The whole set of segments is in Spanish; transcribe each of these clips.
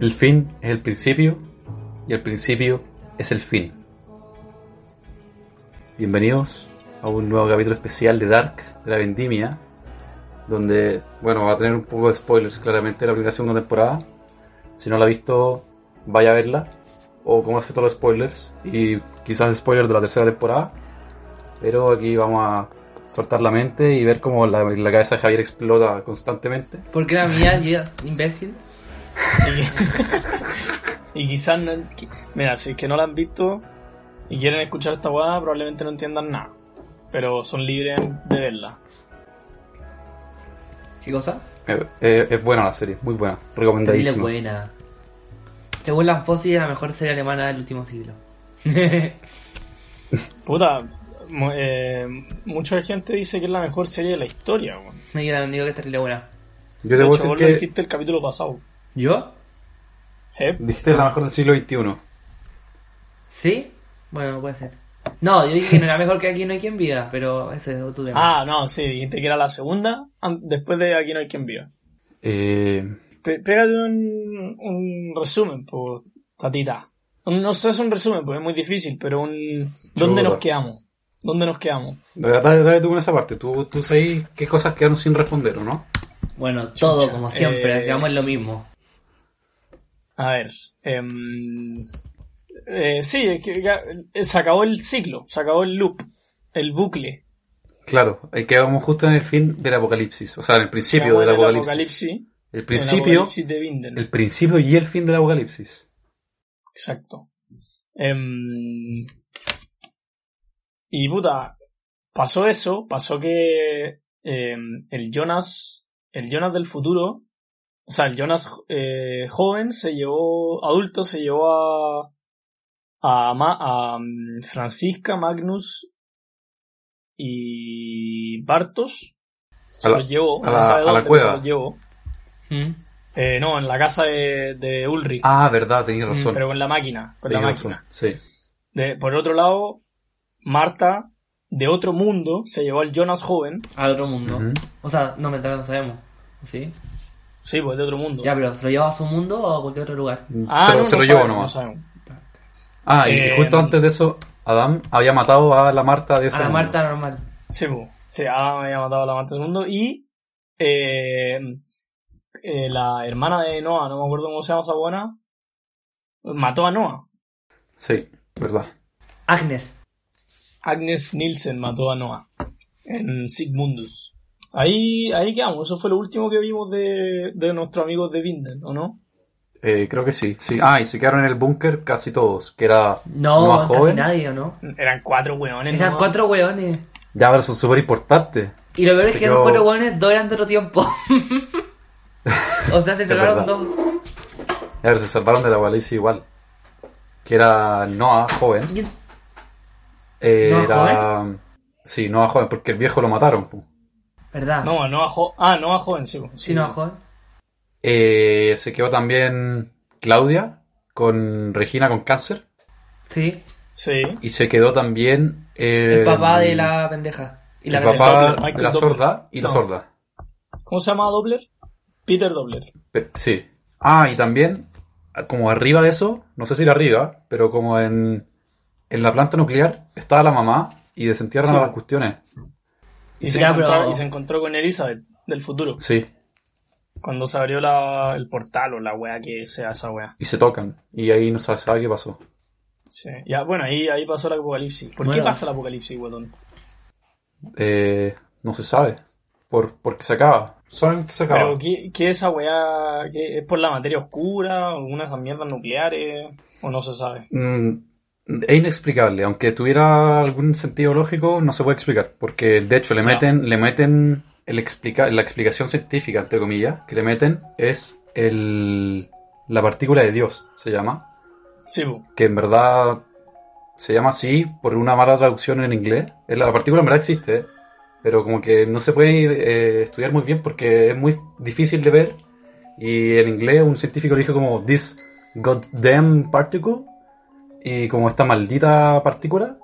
El fin es el principio y el principio es el fin. Bienvenidos a un nuevo capítulo especial de Dark, de la vendimia, donde, bueno, va a tener un poco de spoilers claramente la primera segunda temporada. Si no la ha visto, vaya a verla, o como hace todos los spoilers, y quizás spoilers de la tercera temporada. Pero aquí vamos a soltar la mente y ver cómo la, la cabeza de Javier explota constantemente. Porque era mía y era imbécil. Y, y quizás no, qui- mira, si es que no la han visto y quieren escuchar esta guada, probablemente no entiendan nada. Pero son libres de verla. ¿Qué cosa? Eh, eh, es buena la serie, muy buena, Terrible recomendadísima. buena. Según la Fossi es la mejor serie alemana del último siglo. Puta, mu- eh, mucha gente dice que es la mejor serie de la historia, weón. Me queda vendido que es terrible buena. Yo De te hecho, puedo vos lo decir que dijiste el capítulo pasado. ¿Yo? ¿Eh? dijiste la mejor del siglo XXI. ¿Sí? Bueno, puede ser. No, yo dije que no era mejor que aquí no hay quien viva, pero ese es otro tema. Ah, no, sí, dijiste que era la segunda an- después de Aquí no hay quien viva. Eh, Pe- pégate un, un resumen, pues, tatita. Un- No sé, es un resumen, pues es muy difícil, pero un... Chuta. ¿Dónde nos quedamos? ¿Dónde nos quedamos? Dale, dale tú con esa parte. Tú, tú sabes qué cosas quedaron sin responder, ¿o no? bueno, todo Chucha, como siempre, eh. quedamos en lo mismo. A ver. em, eh, sí, es que ya- eh, se acabó el ciclo, se acabó el loop, el bucle. Claro, ahí quedamos justo en el fin del apocalipsis. O sea, en el principio Quedamos del en el apocalipsis. apocalipsis. El en el principio, apocalipsis de Binden. el principio y el fin del apocalipsis. Exacto. Em, y puta, pasó eso, pasó que em, el Jonas, el Jonas del futuro, o sea, el Jonas eh, joven se llevó, adulto se llevó a, a, Ma- a mm, Francisca, Magnus y Bartos. Se A la- los llevó, a no la- sabe a la dónde, pero cueva. se los llevó. ¿Mm? Eh, no, en la casa de, de Ulrich, Ah, verdad, tenías Mm, razón. pero con la máquina, con la tenías máquina. razón, sí. De- por otro lado, Marta, de otro mundo, se llevó al Jonas joven. Al otro mundo. Ujú. O sea, no, mentira, no sabemos. ¿Sí? Sí, pues de otro mundo. Ya, pero ¿se lo lleva a su mundo o a cualquier otro lugar? Ah, se lo, no, se no lo llevo sabemos, nomás. no sabemos. Ah, y que Eh, justo antes de eso, Adam había matado a la Marta de ese A la mundo. Marta normal. Sí, pues. Sí, ah, me había matado a la Marta del mundo. Y eh, eh, la hermana de Noah, no me acuerdo cómo se llama esa buena, mató a Noah. Sí, verdad. Agnes. Agnes Nielsen mató a Noah en Sigmundus. Ahí, ahí quedamos. Eso fue lo último que vimos de, de nuestros amigos de Binden, ¿o no? Eh, creo que sí, sí. Ah, y se quedaron en el búnker casi todos, que era No, Noah casi joven. nadie, ¿o no? Eran cuatro hueones. Eran nomás. cuatro hueones. Ya, pero son súper importantes. Y lo peor es Se que esos quedó- cuatro hueones dos eran de otro tiempo. o sea, se Es cerraron verdad. dos. Ya, pero se salvaron del apocalipsis igual. Que era Noah joven. Y- Eh, ¿Noah era... Sí, Noah joven, porque el viejo lo mataron. pu. ¿Verdad? No, no a jo- ah, no a joven, sí. pues, Sí, no, joven. Eh, se quedó también Claudia con Regina con cáncer. Sí. Sí. Y se quedó también el, El papá de la pendeja. Y la Eh, mm. el pendeja. papá Doppler, de Michael la Doppler. sorda y la No. sorda. ¿Cómo se llama Doppler? Peter Doppler. Pe- Sí. Ah, y también, como arriba de eso, no sé si era arriba, pero como en, en la planta nuclear estaba la mamá y desentierran Sí. a las cuestiones. Y se, Ya, encontró, pero- y se encontró con Elizabeth del futuro. Sí, Cuando se abrió la, el portal o la wea que sea esa wea. y se tocan. Y ahí no se sabe qué pasó. Sí. Ya, bueno, ahí, ahí pasó el apocalipsis. ¿Por qué Bueno. pasa el apocalipsis, guatón? Eh, no se sabe. por, porque se acaba. Solamente se acaba. Pero, ¿qué, qué esa weá? ¿Qué- ¿Es por la materia oscura? ¿Alguna de esas mierdas nucleares? ¿O no se sabe? Mm, es inexplicable. Aunque tuviera algún sentido lógico, no se puede explicar. Porque de hecho le No. meten, le meten el explica la explicación científica, entre comillas, que le meten es el, la partícula de Dios, se llama. Sí, pues. po. Que en verdad se llama así por una mala traducción en inglés. Eh, La partícula en verdad existe, eh, pero como que no se puede eh, estudiar muy bien porque es muy difícil de ver. Y en inglés un científico le dijo como this goddamn particle y como esta maldita partícula.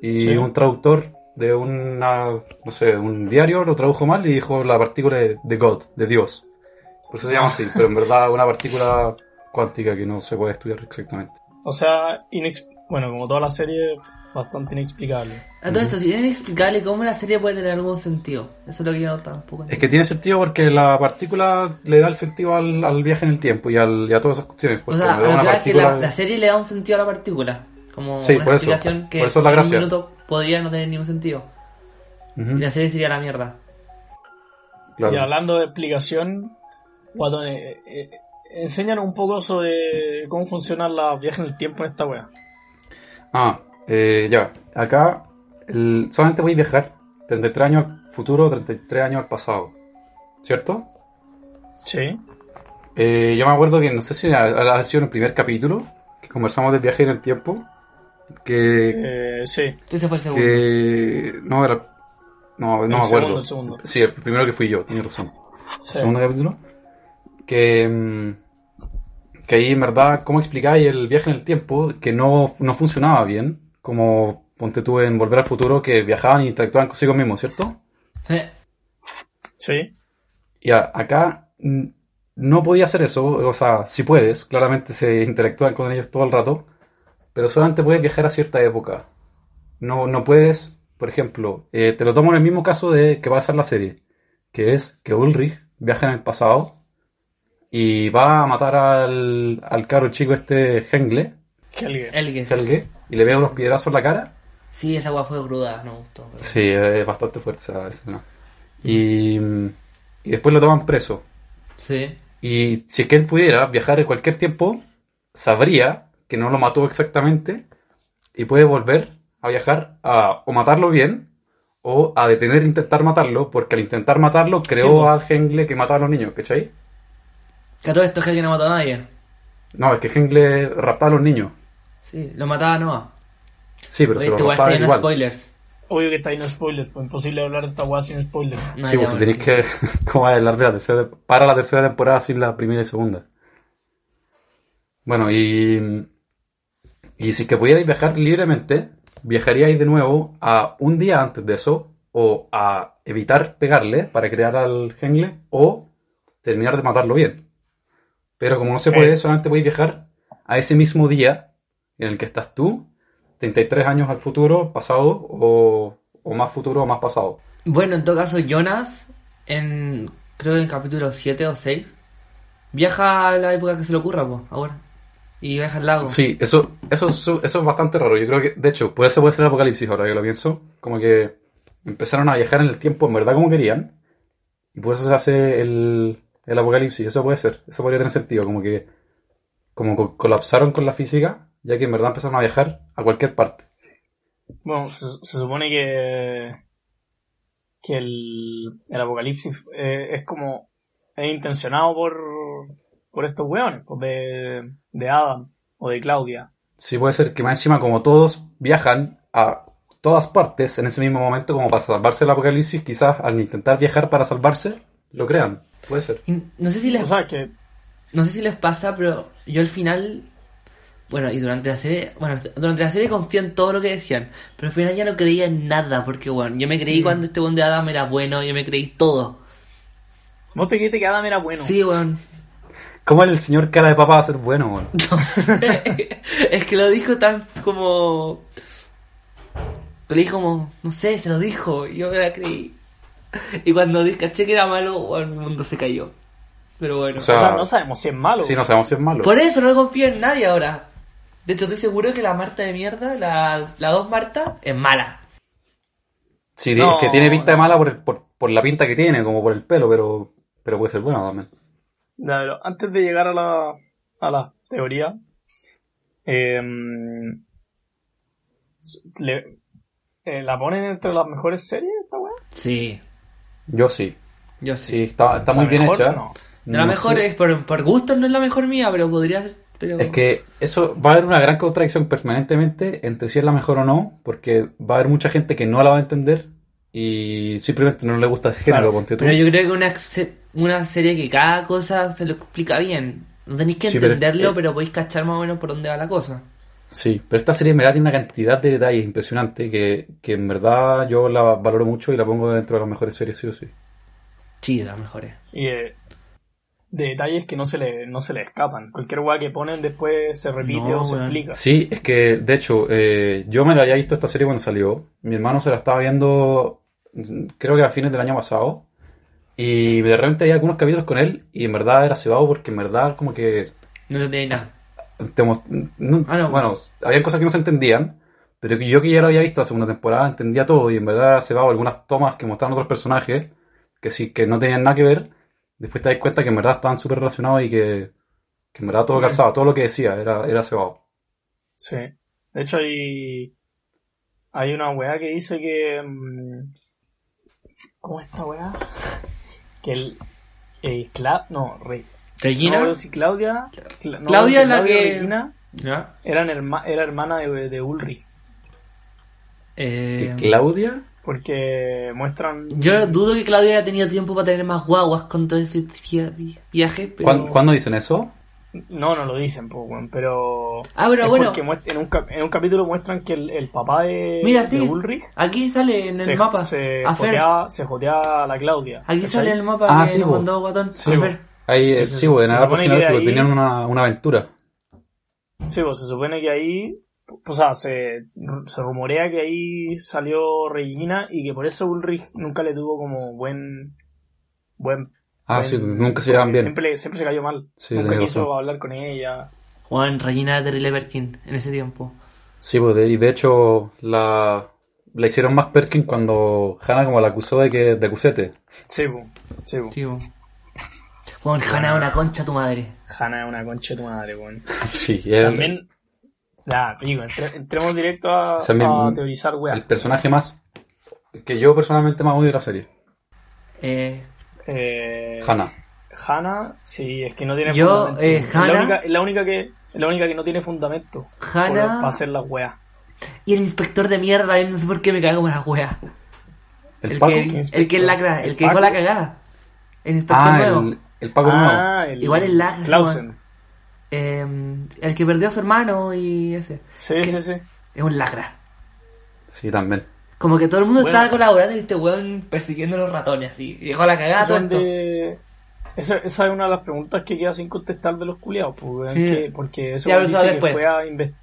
Y Sí. un traductor de una, no sé, un diario lo tradujo mal y dijo la partícula de, de God, de Dios. Por eso se llama así, pero en verdad una partícula cuántica que no se puede estudiar exactamente. O sea, inex- bueno, como toda la serie, bastante inexplicable. A todo esto, si es inexplicable cómo la serie puede tener algún sentido. Eso es lo que yo tampoco Es entiendo. que tiene sentido porque la partícula le da el sentido al, al viaje en el tiempo y, al- y a todas esas cuestiones. O Porque sea, le da lo pues, una que pasa es que la, partícula- la serie le da un sentido a la partícula. Como Sí, una por eso. explicación que Por eso es la en gracia. un minuto podría no tener ningún sentido. Ujú, Y la serie sería la mierda. claro. Y hablando de explicación, Guatón, eh, eh, enséñanos un poco sobre cómo funcionan los viajes en el tiempo en esta wea. Ah, eh, ya. Acá el- solamente voy a viajar 33 años al futuro, 33 años al pasado. ¿Cierto? Sí. Eh, yo me acuerdo que no sé si ha, ha sido en el primer capítulo que conversamos del viaje en el tiempo. Que. Eh, sí. Ese fue el segundo. que no era. No, no me el acuerdo. segundo, el segundo. Sí, el primero que fui yo, tienes razón. sí. segundo capítulo. Que, mm, que ahí en verdad, ¿cómo explicáis el viaje en el tiempo? Que no, no funcionaba bien. Como ponte tú en Volver al Futuro, que viajaban y interactuaban consigo mismos, ¿cierto? Sí. Y a- acá mm, no podía hacer eso. O sea, si puedes, claramente se interactúan con ellos todo el rato. Pero solamente puedes viajar a cierta época. No, no puedes, por ejemplo, eh, te lo tomo en el mismo caso de que va a ser la serie. Que es que Ulrich viaja en el pasado y va a matar al, al caro chico este Hengle, Qué alguien. El que. Helge, y le pega unos piedrazos en la cara. Sí, esa agua fue cruda, no me gustó. pero- Sí, es bastante fuerte esa escena. Y, mm, y después lo toman preso. Sí. Y si es que él pudiera viajar en cualquier tiempo, sabría que no lo mató exactamente y puede volver a viajar a o matarlo bien o a detener e intentar matarlo, porque al intentar matarlo Sí, creó po. al Hengle que mataba a los niños, ¿cachai? Que a todo esto es que no mató a nadie. No, es que Hengle raptaba a los niños. Sí, lo mataba a Noah. Sí, pero Oye, se tú lo vas raptaba él lleno de igual. spoilers. Obvio que está ahí no spoilers, fue imposible hablar de esta wea sin spoilers. No, sí, ya, pues bueno, si tenéis sí. que como hablar de la tercera para la tercera temporada sin la primera y segunda. Bueno, y y si es que pudierais viajar libremente, viajaríais de nuevo a un día antes de eso o a evitar pegarle para crear al Hengle o terminar de matarlo bien. Pero como no se puede, solamente podéis viajar a ese mismo día en el que estás tú, 33 años al futuro, pasado o, o más futuro o más pasado. Bueno, en todo caso, Jonas, en creo que en capítulo 7 o 6, viaja a la época que se le ocurra, pues, ahora. Y viaja al lago. Sí, eso, eso, es su- eso es bastante raro. Yo creo que, de hecho, puede ser, puede ser Apocalipsis ahora que lo pienso. Como que empezaron a viajar en el tiempo en verdad como querían. Y por eso se hace el, el Apocalipsis. Eso puede ser. Eso podría tener sentido. Como que como co- colapsaron con la física, ya que en verdad empezaron a viajar a cualquier parte. Bueno, se, se supone que. que el, el apocalipsis eh, es como. es intencionado por. por estos weones, pues de. de Adam o de Claudia. Sí, puede ser que más encima, como todos viajan a todas partes en ese mismo momento, como para salvarse del Apocalipsis, quizás al intentar viajar para salvarse, lo crean. Puede ser. Y no sé si les O sea, que. No sé si les pasa, pero yo al final. Bueno, y durante la serie. Bueno, durante la serie confía en todo lo que decían. Pero al final ya no creía en nada, porque bueno, yo me creí Mm. cuando este buen de Adam era bueno, yo me creí todo. ¿Vos te creíste que Adam era bueno? Sí, weón. ¿Cómo el señor cara de papá va a ser bueno, bueno? No sé. es que lo dijo tan como. Lo dije como. No sé, se lo dijo. y Yo me la creí. Y cuando dije, caché que era malo, weón, el mundo se cayó. Pero bueno. O O sea, sea, no sabemos si es malo. Ah. Sí, no sabemos si es malo. Por eso no confío en nadie ahora. De hecho, estoy seguro que la Marta de mierda, la, la dos Marta, es mala. Sí, es que tiene pinta de mala por, el- por, por la pinta que tiene, como por el pelo, pero, pero puede ser bueno también. Ya, pero antes de llegar a la, a la teoría, eh, le- eh, ¿la ponen entre las mejores series esta weá? Sí, Yo sí. yo sí. Sí, está, está ¿La muy bien mejor? hecha. No. De la No mejor sé. es, por, por gusto no es la mejor mía, pero podría ser. pero- Es que eso va a haber una gran contradicción permanentemente entre si es la mejor o no, porque va a haber mucha gente que no la va a entender y simplemente no le gusta el género. Claro, ponte tú. Pero yo creo que una, se- una serie que cada cosa se lo explica bien. No tenéis que Sí, pero- entenderlo, eh. pero, podéis cachar más o menos por dónde va la cosa. Sí, pero esta serie en verdad tiene una cantidad de detalles impresionante que, que en verdad yo la valoro mucho y la pongo dentro de las mejores series, sí o sí. Sí, de las mejores. Y eh, de detalles que no se le, no se le escapan. Cualquier weá que ponen después se repite No, o se weón. explica. Sí, es que de hecho eh, yo me la había visto esta serie cuando salió, mi hermano se la estaba viendo mm, creo que a fines del año pasado y de repente había algunos capítulos con él y en verdad era cebado porque en verdad como que No lo tiene nada. te mos- no- Ah, no. bueno, había cosas que no se entendían, pero que yo que ya lo había visto la segunda temporada entendía todo y en verdad se va algunas tomas que mostraban otros personajes que sí que no tenían nada que ver. Después te das cuenta que en verdad estaban súper relacionados y que, que en verdad todo Ok. calzaba, todo lo que decía era, era cebado. Sí. De hecho, hay, hay una weá que dice que. mm, ¿Cómo es esta weá? Que el. eh, Cla- no, Rey. Regina. No, si Claudia. Cla- no, Claudia es la Claudia y que- Regina ¿Ya? eran herma- era hermana de, de Ulrich. Eh, ¿Que ¿Claudia? Porque muestran. yo dudo que Claudia haya tenido tiempo para tener más guaguas con todo ese via- vi- viaje, pero... ¿Cuán- ¿Cuándo dicen eso? No, no lo dicen, po, weón, pero. Ah, pero es bueno. porque muest- en, un cap- en un capítulo muestran que el, el papá de, Mira, de sí. Ulrich Aquí sale en el se, mapa. se, A Fer. jotea, se jotea a la Claudia. Aquí ¿cachai? sale en el mapa Ah, que sí, nos po. mandó Guatón. Sí, A po. ver. Ahí, eh, Se- sí, bueno, se nada, supone porque que de ahí- tenían una, una aventura. Sí, pues se supone que ahí. O sea, se, se rumorea que ahí salió Regina y que por eso Ulrich nunca le tuvo como buen. buen Ah, buen- sí, nunca se llevan porque bien. Siempre, siempre se cayó mal. Sí, nunca tenés quiso razón. hablar con ella. Juan, Regina Terry Leverkin en ese tiempo. Sí, pues de, y de hecho la, la hicieron más Perkin cuando Hannah como la acusó de que de acusete. Sí, pues. Sí, pues. Sí, po. Juan, Hanna, una concha tu madre. Hannah es una concha de tu madre, weón. Sí, él- También. Ya, digo, entre- entremos directo a, O sea, mi- a teorizar, weá. el personaje más que yo personalmente más odio de la serie, Eh, Eh, Hannah. Hannah, sí, es que no tiene Yo, fundamento. eh, Es la Hannah- única- es la única que es la única que no tiene fundamento por- Hannah- para hacer las weas. y el inspector de mierda, yo no sé por qué me cago en la wea. El, El, Paco. que, el que es lacra, el que ¿El dejó la Paco? cagada. El inspector Ah, nuevo. el, el Paco nuevo. Ah, el, Igual el lag, ese Clausen. Eh, el que perdió a su hermano y ese. Sí, sí, sí. Es un lacra. Sí, también. Como que todo el mundo Bueno. estaba colaborando y este weón persiguiendo los ratones. Y y dejó la cagada Ah, todo Son esto. de- esa, esa es una de las preguntas que queda sin contestar de los culiados, pues, weón, Sí. que- porque eso Ya, pero eso dice que después. fue, a inves-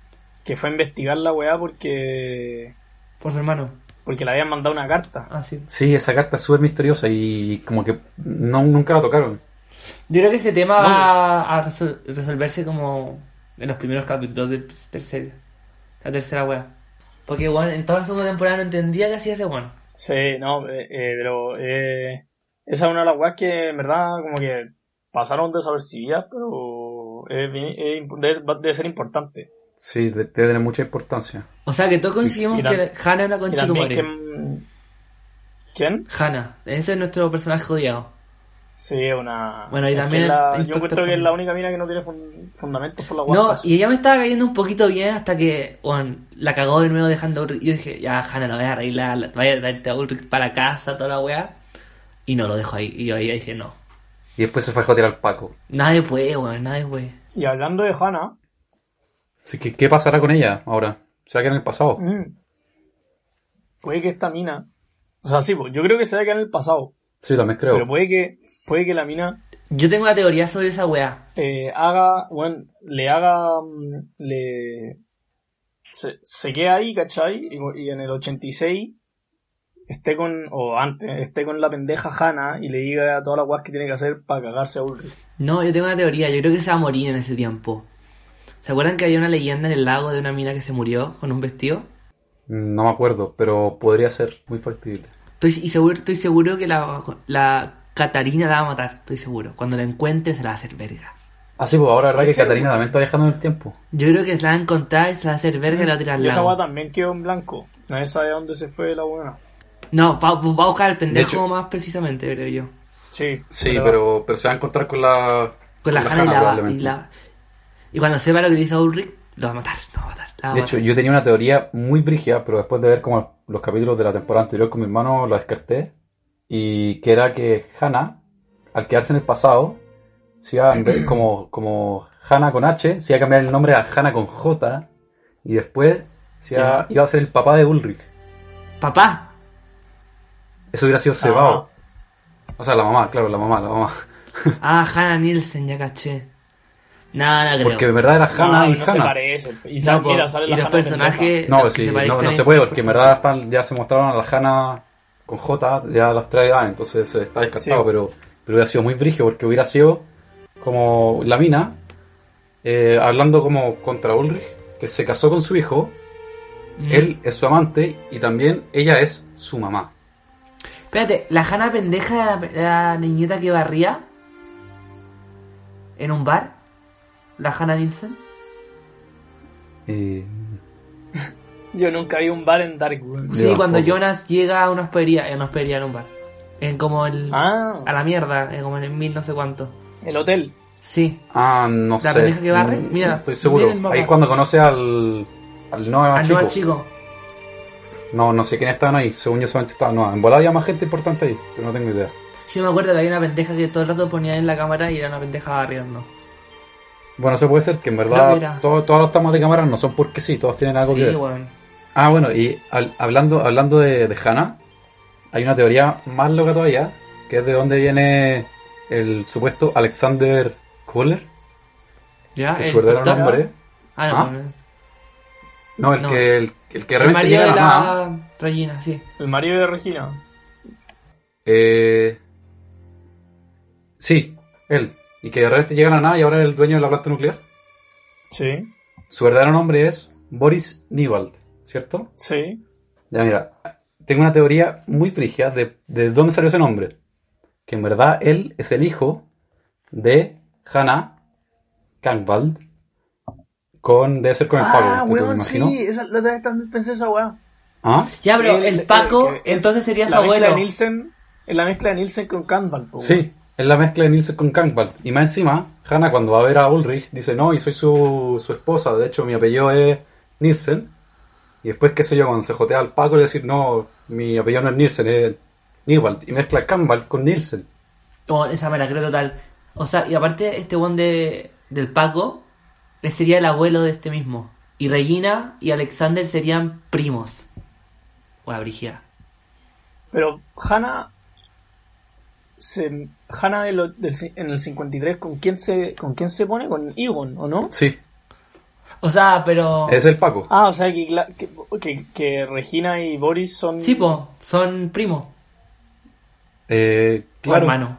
que fue a investigar la weá porque, Por su hermano. porque le habían mandado una carta. Ah, sí. Sí, esa carta es súper misteriosa y como que no, nunca la tocaron. Yo creo que ese tema va a resol- resolverse como en los primeros capítulos del tercer, la tercera wea. Porque bueno, en toda la segunda temporada no entendía que hacía ese weón. Sí, no, eh, eh, pero eh, esa es una de las weas que en verdad como que pasaron desapercibidas, pero es bien- es imp- debe, va- debe ser importante. Sí, de- debe tener mucha importancia. O sea que todos coincidimos Y la- que Hannah es una Y concha de tu también madre. que... mm, ¿Quién? Hannah, ese es nuestro personaje odiado. Sí, una... Bueno, y es que también la- el yo inspector encuentro que es también. la única mina que no tiene fun- fundamentos por la wea. No, y ella me estaba cayendo un poquito bien hasta que, bueno, la cagó de nuevo dejando a Ulrich. Yo dije, ya, Hannah, la voy a arreglar, la- voy a traerte a Ulrich para casa, toda la weá. Y no lo dejo ahí. Y yo ahí dije, no. Y después se fue a joder al Paco. Nadie puede, weón, nadie puede. Y hablando de Hannah, Así que, ¿qué pasará con ella ahora? ¿Se va a quedar en el pasado? mm, puede que esta mina... O sea, sí, pues, yo creo que se va a quedar en el pasado, Sí, también creo. pero puede que, puede que la mina Yo tengo una teoría sobre esa weá. eh, haga, bueno, le haga, mm, le... Se, se queda ahí, ¿cachai? Y, y en el 86 esté con, o antes, esté con la pendeja Hannah y le diga todas las guas que tiene que hacer para cagarse a Ulrich. No, yo tengo una teoría. Yo creo que se va a morir en ese tiempo. ¿Se acuerdan que había una leyenda en el lago de una mina que se murió con un vestido? Mm, No me acuerdo, pero podría ser muy factible. Estoy, y seguro, estoy seguro que la, la Catarina la va a matar, estoy seguro. Cuando la encuentre se la va a hacer verga. Ah, sí, pues ahora la verdad Puede que ser, Catalina también está viajando en el tiempo. Yo creo que se la va a encontrar y se la va a hacer verga y la va a tirar al Y esa lago. agua también quedó en blanco. Nadie sabe dónde se fue la buena. No, va, va a buscar al pendejo hecho- más precisamente, creo yo. Sí, Sí, ¿verdad? pero, pero se va a encontrar con la. Con la jana y Hannah, la va. Y, probablemente. la- y cuando sepa lo que dice Ulrich, lo va a matar, lo va a matar. Ah, la va a De hecho, matar. yo tenía una teoría muy brígida, pero después de ver como los capítulos de la temporada anterior con mi hermano, la descarté. Y que era que Hannah, al quedarse en el pasado, se iba a, en vez- como, como Hannah con H, se iba a cambiar el nombre a Hannah con J. Y después se iba, iba a ser el papá de Ulrich. Papá, Eso hubiera sido cebado. Ah. O sea, la mamá, claro, la mamá, la mamá. Ah, Hannah Nielsen, ya caché. No, no creo. Porque en verdad era No, Hannah y Ah, no se Hannah. parece. Y, No, sale- po, mira, sale y la los Hannah pendeja. personajes. los No, que sí, se no, parezcan no es se puede, por- porque en verdad están- ya se mostraron a la Hannah con J ya a las tres edades, entonces eh, está descartado, Sí. pero, pero hubiera sido muy brígido, porque hubiera sido como la mina, eh, hablando como contra Ulrich, que se casó con su hijo, Mm. él es su amante y también ella es su mamá. Espérate, la Hannah pendeja era la, era la niñita que barría. En un bar. La Hannah Nielsen. Eh, Yo nunca vi un bar en Dark Room. Pues Sí, Yo cuando tampoco. Jonas llega a una hospedería. En una hospedería, en un bar. En como el. Ah, A la mierda, en como en el mil no sé cuánto. el hotel. Sí. ah, no ¿La sé. pendeja que barre? no- Mira, no estoy seguro. mira el mapa. Ahí es cuando conoce al, al Noah Al Ah, chico. nuevo chico. No, no sé quiénes estaban ahí. Según yo solamente estaba Noah. En volada había más gente importante ahí, pero no tengo idea. Yo me acuerdo que había una pendeja que todo el rato ponía en la cámara y era una pendeja barriendo. Bueno, eso puede ser que en Creo que verdad era. todo- todas las tomas de cámara no son porque sí, todas tienen algo Sí, que ver. weón. Ah, bueno, y al- hablando, hablando de, de Hannah, hay una teoría más loca todavía, que es de dónde viene el supuesto Alexander Kohler, ¿Ya? que Ah, el su verdadero doctor- nombre. Ah, no, ¿Ah? bueno. No, el No. que el, el que El realmente marido llega de a la nada, la Regina, sí. El marido de Regina. eh, sí, él. Y que de repente llega a la nada y ahora es el dueño de la planta nuclear. Sí, Su verdadero nombre es Boris Niewald, ¿cierto? sí. Ya mira, tengo una teoría muy frígida de, de dónde salió ese nombre. Que en verdad él es el hijo de Hannah Kangwald con debe ser con el Ah, Paco, me imagino. Esa, la otra vez también pensé esa weá. ¿Ah? Ya, pero El- el, el- Paco, el- el- entonces sería su La mezcla abuelo. de Nielsen. Es la mezcla de Nielsen con Canval. po, Sí, es la mezcla de Nielsen con Kangwald. Y más encima, Hannah cuando va a ver a Ulrich dice, no, y soy su, su esposa, de hecho mi apellido es Nielsen. Y después, qué sé yo, cuando se jotea al Paco le decir, no, mi apellido no es Nielsen, es Niewald. Y mezcla Kangwald con Nielsen. Oh, esa me la creo total. O sea, y aparte, este one de, del Paco eh, sería el abuelo de este mismo. Y Regina y Alexander serían primos. O la Brigida. Pero Hannah. Se, Hannah de lo- del ci- en el 53, ¿con quién, se, ¿con quién se pone? Con Egon, ¿o no? Sí, O sea, pero. es el Paco. Ah, o sea que, cla- que, que- que Regina y Boris son. Sí, po, son primos. Eh, O claro. hermano.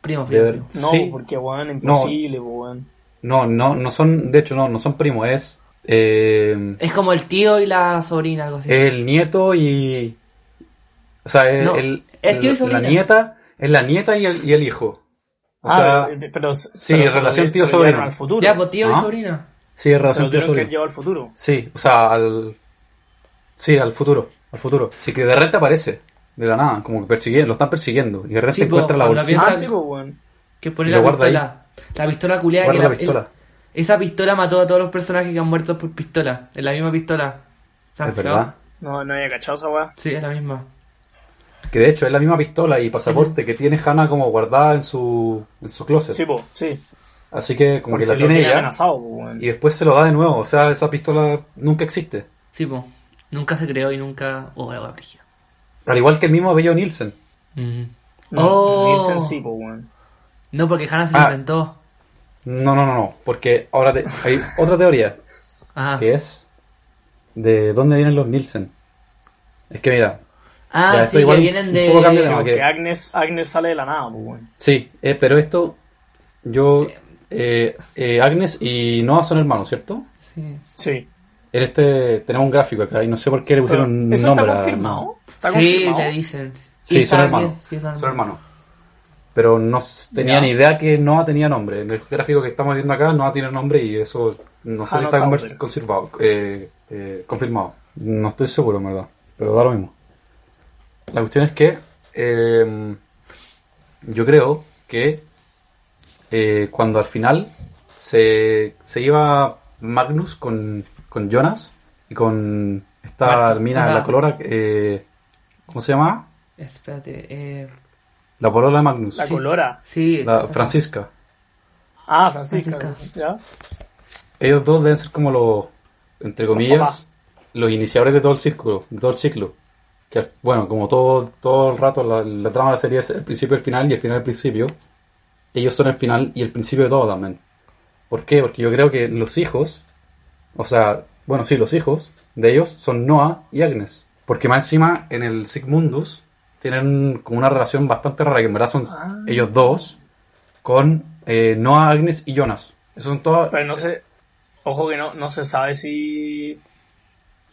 Primo, primo, De- primo. No, Sí. porque weón, imposible, po, weón. No, no, no son, de hecho, no, no son primos, es eh, Es como el tío y la sobrina, algo así. el nieto y. O sea, el, No, el- es tío y la sobrina. nieta, es la nieta y el, y el hijo. O Ah, sea, pero, pero sí, pero en se lo relación di- tío se lo llevaron sobrino. al futuro. Ya, pues tío ¿Ah? y sobrina. sí, es se lo relación tío tuvieron que sobrino. haber llevado al futuro. Sí, o sea, al. Sí, al futuro, al futuro. Sí, que de repente aparece, de la nada, como que persiguen, lo están persiguiendo. Y de repente Sí, po, encuentra la cuando bolsita. piensa- Ah, Piensan- sí, pues, weón. Que pone Y la lo guarda pistola. La pistola culiada que Guarda la, la pistola. el- esa pistola mató a todos los personajes que han muerto por pistola. Es la misma pistola. ¿Se han es fijado? verdad. No, no había cachado esa weá. Sí, es la misma. Que de hecho es la misma pistola y pasaporte que tiene Hannah como guardada en su, en su closet. Sí, pues, sí. Así que como Porque que la lo tiene tenía ella. amenazado, po, weón. Y después se lo da de nuevo, o sea, esa pistola nunca existe. Sí, po. Nunca se creó y nunca. Oh, la brilla. Al igual que el mismo Bello Nielsen. No, Oh. Nielsen sí, pues, weón. No, porque Hannah se lo Ah. inventó. No, no, no, no, porque ahora te- hay otra teoría Ajá. que es de dónde vienen los Nielsen. Es que mira, Ya, Ah, esto sí, igual que un- vienen un de. poco cambia Sí, de- porque que- Agnes, Agnes sale de la nada, pues, weón. sí, eh, pero esto, yo, eh, eh, Agnes y Noah son hermanos, ¿cierto? Sí. Sí. En este tenemos un gráfico acá y no sé por qué le pusieron Pero, ¿Eso está nombre a- confirmado? ¿Está Sí, confirmado? le dicen. Sí, son estaba hermanos. bien, sí, son Son hermanos. hermanos. Pero no s- tenían Ya. idea que Noah tenía nombre. En el gráfico que estamos viendo acá, Noah tiene nombre y eso no sé si está Anotado, conver- pero. conservado, eh, eh, confirmado. No estoy seguro, en verdad. Pero da lo mismo. La cuestión es que eh, yo creo que eh, cuando al final se, se iba Magnus con, con Jonas y con esta Marta. mina, Ajá. la colora, eh, ¿cómo se llama? Espérate, eh. La polola de Magnus. La colora. Sí, La Francisca. Ah, Francisca. Francisca. ¿Ya? Ellos dos deben ser como los, entre comillas, los iniciadores de todo el círculo, de todo el ciclo. Que, al- bueno, como todo, todo el rato, la, la trama de la serie es el principio, el final y el final, el principio. Ellos son el final y el principio de todo también. ¿Por qué? Porque yo creo que los hijos, o sea, bueno, sí, los hijos de ellos son Noah y Agnes. Porque más encima, en el Sigmundus, tienen como una relación bastante rara, que en verdad son Ah. ellos dos, con eh, Noah, Agnes y Jonas. Esos son todos... Pero no sé. Ojo que no, no se sabe si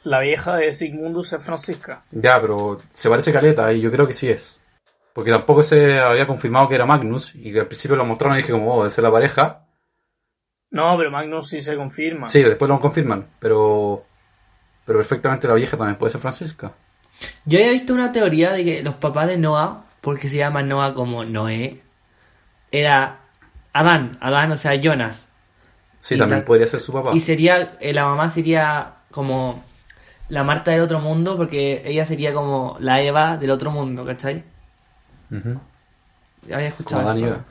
la vieja de Sigmundus es Francisca. Ya, pero se parece caleta y yo creo que sí es. Porque tampoco se había confirmado que era Magnus y que al principio lo mostraron y dije como, oh, debe ser la pareja. No, pero Magnus sí se confirma. Sí, después lo confirman, pero pero perfectamente la vieja también puede ser Francisca. Yo había visto una teoría de que los papás de Noah, porque se llama Noah como Noé, era Adán, Adán, o sea, Jonas. Sí, Y también la- podría ser su papá. Y sería, eh, la mamá sería como la Marta del otro mundo, porque ella sería como la Eva del otro mundo, ¿cachai? Ujú. Había escuchado Como Adán y eso. Eva.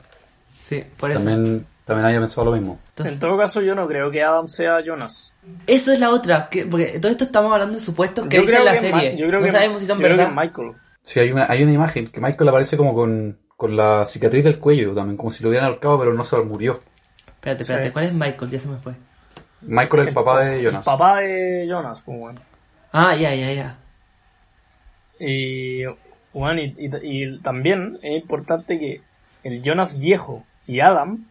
Sí, por eso. También, también había pensado lo mismo. Entonces- En todo caso, yo no creo que Adam sea Jonas. Eso es la otra, que, porque todo esto estamos hablando de supuestos que Yo dicen creo la que es Ma- serie. yo creo no que- sabemos si son yo creo que verdad. es Michael. Sí, hay una, hay una imagen que Michael aparece como con, con la cicatriz del cuello también, como si lo hubieran ahorcado, pero no se lo murió. Espérate, espérate, Sí. ¿cuál es Michael? Ya se me fue. Michael es el papá de Jonas. El papá de Jonas, pues bueno. Ah, ya, ya, ya. Y, bueno, y, y- y también es importante que el Jonas viejo y Adam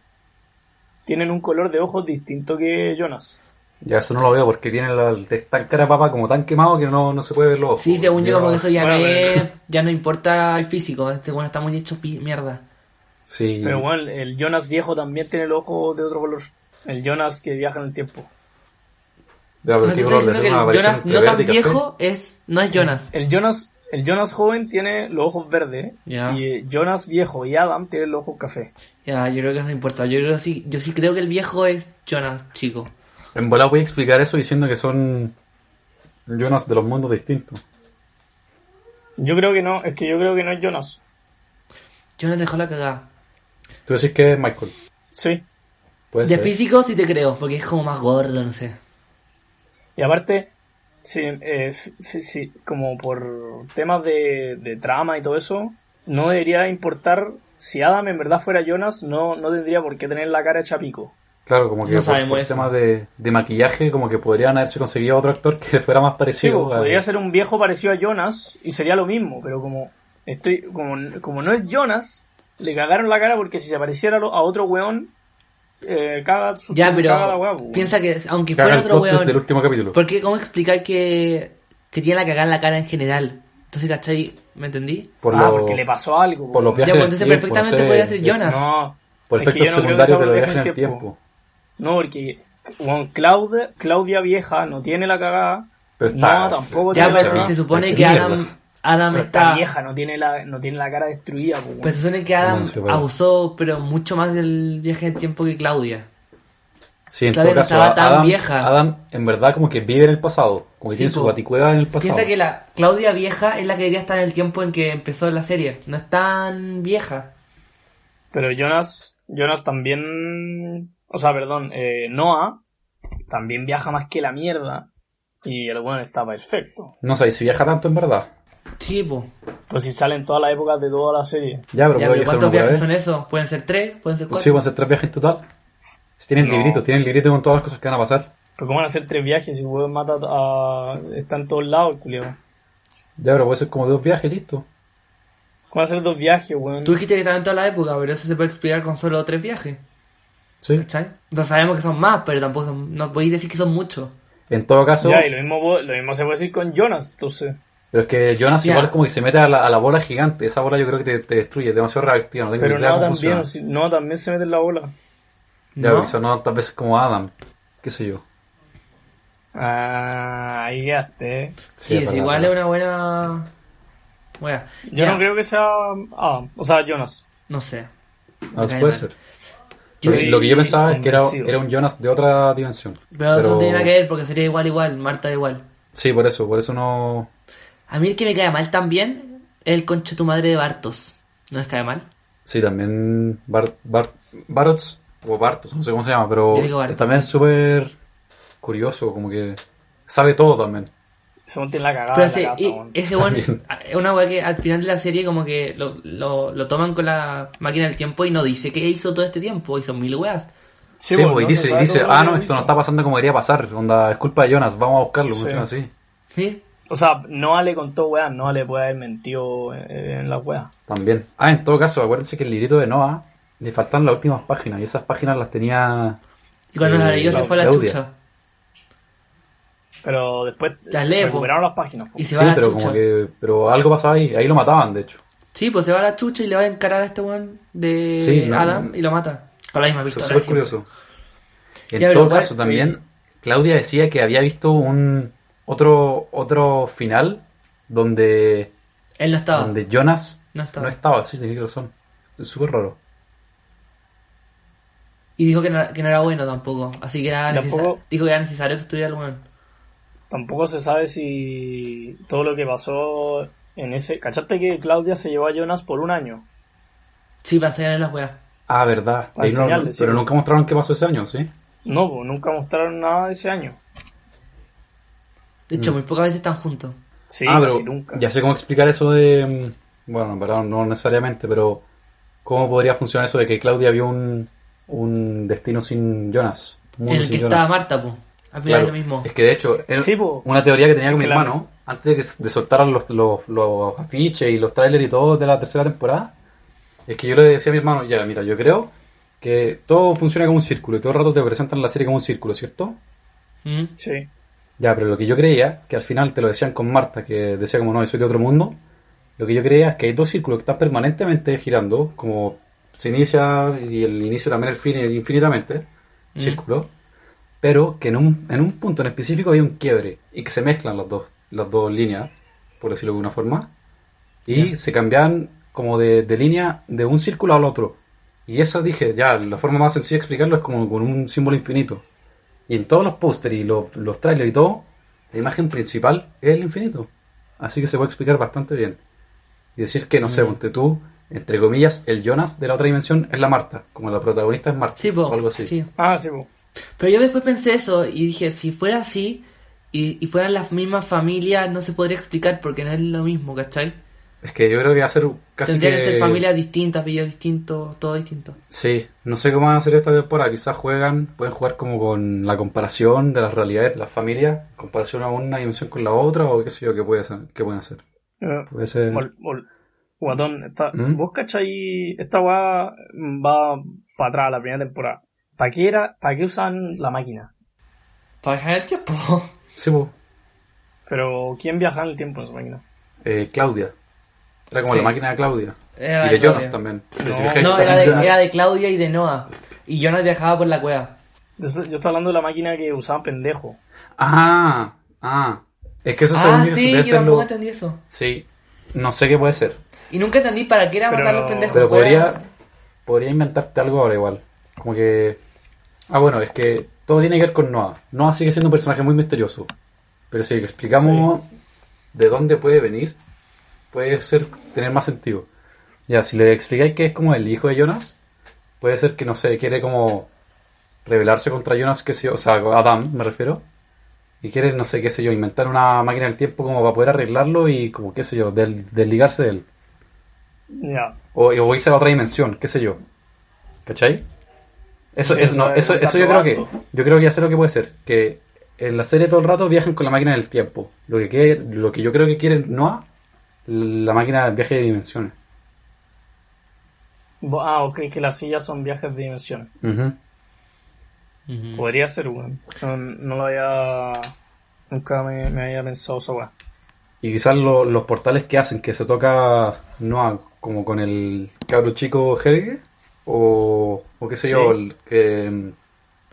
tienen un color de ojos distinto que Jonas. Ya, eso no lo veo porque tiene la, es tan cara papá como tan quemado que no, no se puede ver los ojos. Sí, según yo, como que eso ya, Bueno, no pero- es- ya no importa el físico. Este bueno está muy hecho pi- mierda. Sí. Pero bueno, el Jonas viejo también tiene el ojo de otro color. El Jonas que viaja en el tiempo. Ya, No pero te qué estoy color, diciendo que ¿le el tengo una Jonas variación no entre tan verde y café? viejo es, no es Jonas. El Jonas, el Jonas joven tiene los ojos verdes Ya. y eh, Jonas viejo y Adam tienen los ojos café. Ya, yo creo que eso no importa. Yo creo que sí, yo sí creo que el viejo es Jonas, chico. En bola voy a explicar eso diciendo que son Jonas de los mundos distintos. Yo creo que no, es que yo creo que no es Jonas. Jonas dejó la cagada. Tú decís que es Michael. Sí. Puede De ser. físico sí te creo, porque es como más gordo, no sé. Y aparte, sí, eh, f- f- sí, como por temas de, de trama y todo eso, no debería importar. Si Adam en verdad fuera Jonas, no, no tendría por qué tener la cara hecha pico. Claro, como que No por- por, sabemos eso. temas de, de maquillaje, como que podrían haberse conseguido otro actor que fuera más Sí, parecido. pues, al- podría ser un viejo parecido a Jonas y sería lo mismo, pero como estoy como, como no es Jonas, le cagaron la cara porque si se pareciera lo- a otro weón, eh, caga su Ya, caga la pero weá, pues, weón. piensa que aunque Caga fuera el otro plot twist del weón, último capítulo. ¿por qué cómo explicar que, que tiene la cagada en la cara en general? Entonces, ¿cachai? ¿me entendí? Por, Ah, lo- porque le pasó algo. por los weón. viajes Ya, en el pues, entonces tiempo, perfectamente no sé, podría ser de- Jonas. No, Por es que efectos yo no creo que secundarios de sea los por viajes en el tiempo. tiempo. No, porque bueno, Claudia, Claudia vieja no tiene la cagada. Pero está- no, tampoco Ya, tiene pero la sí, se, cagada. se supone Ay, que qué Adam, mierda. Adam Pero está... está vieja, no tiene la, no tiene la cara destruida. pues, Pues bueno. se supone que Adam No, sí, bueno. abusó, pero mucho más del viaje del tiempo que Claudia. Sí, en Claudia todo no caso, estaba tan Adam, vieja. Adam, en verdad, como que vive en el pasado. Como que Sí, tiene su po. baticueva en el pasado. Piensa que la Claudia vieja es la que debería estar en el tiempo en que empezó la serie. No es tan vieja. Pero Jonas, Jonas también. O sea, perdón, eh, Noah también viaja más que la mierda. Y el bueno está perfecto. No sé, si viaja tanto en verdad. Sí, po. Pues si salen todas las épocas de toda la serie. Ya, pero puede Ya, pero viajar ¿cuántos una pura viajes vez. son esos? ¿Pueden ser tres? ¿Pueden ser Pues cuatro? sí, van a ser tres viajes en total. Si tienen No. librito, tienen librito con todas las cosas que van a pasar. Pero ¿cómo van a hacer tres viajes si el weón mata a. Está en todos lados, culiao? Ya, pero puede ser como dos viajes, listo. ¿Cómo van a hacer dos viajes, weón? Tú dijiste que estaban en toda la época, pero eso se puede explicar con solo tres viajes. Sí. ¿Cachai? No sabemos que son más, pero tampoco son- no podéis decir que son muchos. En todo caso, Ya, y lo mismo, po- lo mismo se puede decir con Jonas, entonces. Pero es que Jonas Ya. igual como que se mete a la, a la bola gigante. Esa bola yo creo que te, te destruye, es demasiado reactiva. No tengo Pero ni idea no cómo también, funciona. si- no también se mete en la bola. Ya, ¿No? pero quizás no tantas veces como Adam. Qué sé yo. Ah, ahí quedaste. eh. Sí, es verdad, igual es verdad. una buena. Bueno, Yo no creo que sea Adam, o sea, Jonas. No sé. No, Me cae Ah, puede mal. ser. Yo- Lo, que- lo que yo pensaba es que era, Convencido. era un Jonas de otra dimensión. Pero eso no tiene nada que ver porque sería igual, igual. Marta igual. Sí, por eso, por eso no. A mí el que me cae mal también es el concha de tu madre de Bartos. ¿No les cae mal? Sí, también Bart, Bart, Bartos, o Bartos, no sé cómo se llama, pero Yo digo Bartos. también es súper curioso, como que sabe todo también. Se monta Ah, en la cagada Pero de ese, la casa, y- weón. ese weón También. es una weá que al final de la serie como que lo, lo, lo toman con la máquina del tiempo y no dice qué hizo todo este tiempo. Hizo mil weas. Sí, weón, pues, y no se dice, y sabe dice, todo lo ah, que no, hizo. esto no está pasando como debería pasar, onda, es culpa de Jonas, vamos a buscarlo, Sí. funciona así. ¿Sí? O sea, Noah le contó weá, Noah le puede haber mentido eh, en la weá. También. Ah, en todo caso, acuérdense que el librito de Noah le faltan las últimas páginas, y esas páginas las tenía. Y cuando Eh, la leyó se la fue a la Claudia. chucha. Pero después Las pues. lee, po. recuperaron las páginas. pues. po. Y se Sí, va a la pero chucha. como que. Pero algo pasaba ahí, ahí lo mataban, de hecho. Sí, pues se va a la chucha y le va a encarar a este weón de Sí, no, Adam no. y lo mata. Con la misma Eso es pistola. súper siempre. curioso. En Ya, pero todo igual- caso, también Claudia decía que había visto un otro otro final donde, Él no estaba. donde Jonas No estaba. no estaba, sí, tenía razón. Es súper raro. Y dijo que no, que no era bueno tampoco. Así que era necesario. Tampoco. Dijo que era necesario que estuviera el weón. Tampoco se sabe si todo lo que pasó en ese... ¿Cachaste que Claudia se llevó a Jonas por un año? Sí, para enseñarle las weas. Ah, verdad. Para Ahí no- enseñarle, sí. pero nunca mostraron qué pasó ese año, ¿sí? No, po, nunca mostraron nada de ese año. De Mm. hecho, muy pocas veces están juntos. Sí, ah, casi pero nunca. ya sé cómo explicar eso de... mm, Bueno, en verdad no necesariamente, pero ¿cómo podría funcionar eso de que Claudia vio un, un destino sin Jonas? Un mundo en el que sin estaba Jonas? Marta, pues. Al final Claro, es lo mismo. Es que de hecho, era Sí, po. una teoría que tenía con Claro. mi hermano, antes de que s- de soltaran los, los, los afiches y los trailers y todo de la tercera temporada, es que yo le decía a mi hermano, ya, mira, yo creo que todo funciona como un círculo y todo el rato te presentan la serie como un círculo, ¿cierto? ¿Mm? Sí. Ya, pero lo que yo creía, que al final te lo decían con Marta, que decía como no, yo soy de otro mundo, lo que yo creía es que hay dos círculos que están permanentemente girando, como se inicia y el inicio también el fin infinitamente, Mm. círculo, pero que en un, en un punto en específico hay un quiebre y que se mezclan las dos, las dos líneas, por decirlo de alguna forma, y se cambian como de, de línea de un círculo al otro. Y eso dije, ya, la forma más sencilla de explicarlo es como con un símbolo infinito. Y en todos los pósteres y los, los trailers y todo, la imagen principal es el infinito. Así que se puede explicar bastante bien. Y decir que, no Mm. sé, ponte tú, entre comillas, el Jonas de la otra dimensión es la Marta, como la protagonista es Marta, Sí, po. o algo así. Sí. Ah, sí, po. Pero yo después pensé eso y dije, si fuera así y, y fueran las mismas familias, no se podría explicar porque no es lo mismo, ¿cachai? Es que yo creo que va a ser casi Tendría que... ser familias distintas, apellidos distintos, todo distinto. Sí, no sé cómo van a hacer esta temporada. Quizás juegan, pueden jugar como con la comparación de las realidades de las familias, comparación a una dimensión con la otra, o qué sé yo, qué, puede ser, qué pueden hacer. Eh, Puede ser... Ol- ol- Guatón, esta, ¿Mm? vos cachai, esta weá va para atrás la primera temporada. ¿Para qué era, para qué usan la máquina? Para dejar el tiempo. Sí, po. Pero ¿quién viajaba en el tiempo en esa máquina? Eh, Claudia. Era como Sí. la máquina de Claudia. Era y de Claudia. Jonas también. Que No. si fijáis, No, también era Jonas- de, era de Claudia y de Noah. Y yo no viajaba por la cueva. Yo estoy yo estoy hablando de la máquina que usaban pendejo. Ah, ah. Es que eso ah, según yo, sí, debe yo ser tampoco lo- entendí eso. Sí, no sé qué puede ser. Y nunca entendí para qué era Pero- matar a los pendejos. Pero cuál era- podría, podría inventarte algo ahora igual. Como que... Ah, bueno, es que todo tiene que ver con Noah. Noah sigue siendo un personaje muy misterioso. Pero si le explicamos de dónde puede venir, puede ser tener más sentido. Ya, si le explicáis que es como el hijo de Jonas, puede ser que, no sé, quiere como rebelarse contra Jonas, que sé yo, o sea, Adam me refiero. Y quiere, no sé, qué sé yo, inventar una máquina del tiempo como para poder arreglarlo y como, qué sé yo, del- desligarse de él. Ya. O, o irse a la otra dimensión, qué sé yo. ¿Cachai? Eso, Sí, eso, no, eso eso, está eso yo creo que probando. yo creo que ya sé lo que puede ser. Que en la serie todo el rato viajan con la máquina del tiempo. Lo que, quiere- lo que yo creo que quiere Noah, la máquina del viaje de dimensiones. Vo- Ah, ok, que las sillas son viajes de dimensión. Ujú. Mm. eh, Podría ser, weón. No, no lo había. Nunca me, me había pensado esa weá. Y quizás lo- los portales que hacen, que se toca Noah como con el cabro chico Helge, o, o qué sé Sí. yo, el que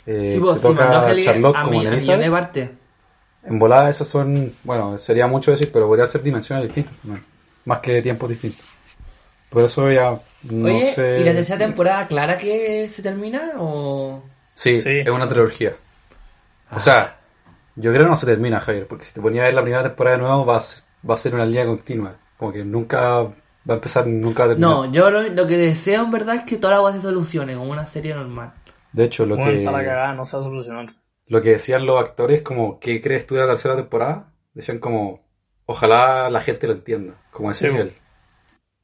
eh, Sí, vos, se si mandó toca a Helge Charlotte a, como mi, en a millones de partes. En volada esas son, bueno, sería mucho decir, pero podría ser dimensiones distintas, bueno, más que tiempos distintos. Por eso ya no Oye, sé... ¿y la tercera temporada clara que se termina o...? Sí, Sí. es una trilogía. O sea, yo creo que no se termina, Javier, porque si te ponía a ver la primera temporada de nuevo, va a ser, va a ser una línea continua. Como que nunca va a empezar, nunca va a terminar. No, yo lo, lo que deseo en verdad es que toda la agua se solucione como una serie normal. De hecho, lo Bueno, que, está la cagada, no se va a solucionar. lo que decían los actores, como, ¿qué crees tú de la tercera temporada? Decían como, ojalá la gente lo entienda, como ese Sí. nivel.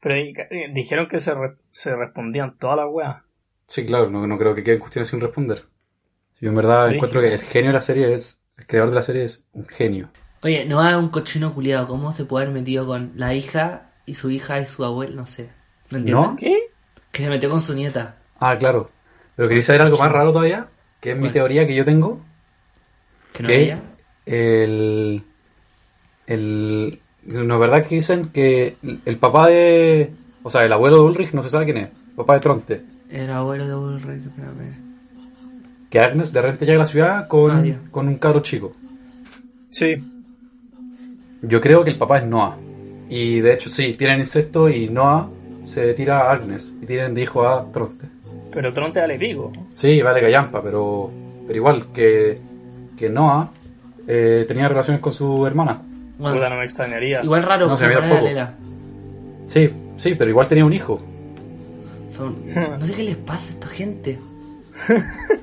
Pero ahí ca- eh, dijeron que se, re- se respondían todas las weas. Sí, claro, no, no creo que queden cuestiones sin responder. Yo en verdad Brígido. encuentro que el genio de la serie es, el creador de la serie es un genio. Oye, no haga un cochino culiado, ¿cómo se puede haber metido con la hija y su hija y su abuelo? No sé, no entiendo. ¿No? ¿Qué? Que se metió con su nieta. Ah, claro. Pero quería saber algo más raro todavía, que es mi ¿Cuál? teoría que yo tengo, Que no ¿Qué? era ella. el, el, no, verdad que dicen que el- el papá de, o sea, el abuelo de Ulrich no se sabe quién es, papá de Tronte, El abuelo de Ulrich, espérame. que Agnes de repente llega a la ciudad Ah, con, Dios. con un carro chico. Sí. Yo creo que el papá es Noah. Y de hecho, sí, tienen incesto y Noah se tira a Agnes y tienen de hijo a Tronte. Pero Tronte dale pico. Sí, vale callampa, pero, pero igual que, que Noah eh, tenía relaciones con su hermana. Bueno, Puta, no me extrañaría. igual raro, No, porque se veía no era poco. Lela. Sí, sí, pero igual tenía un hijo. Son- No sé qué les pasa a esta gente.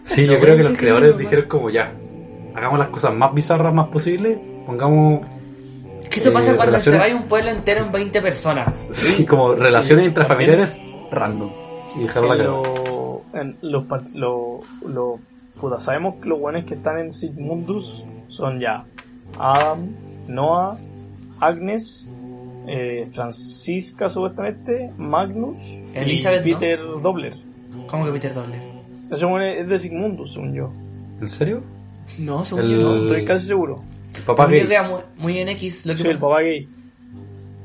Sí, Lo yo creo que bueno los es que creadores no, dijeron como ya, hagamos las cosas más bizarras más posibles, pongamos Es que eso Eh, pasa cuando relaciones- encerráis un pueblo entero en 20 personas. sí, como relaciones intrafamiliares random. Y dejarla En cagada. lo- en los part- lo- lo- puta, sabemos que los buenos que están en Sigmundus son ya Adam, Noah, Agnes, eh, Francisca supuestamente, Magnus Elizabeth, y ¿no? Peter Dobler. ¿Cómo que Peter Doble? Ese bueno es de Sigmundus, según yo. ¿En serio? No, son El- no. Estoy casi seguro. El papá Según yo gay. queda muy, muy en X. Lo que Sí, el papá gay.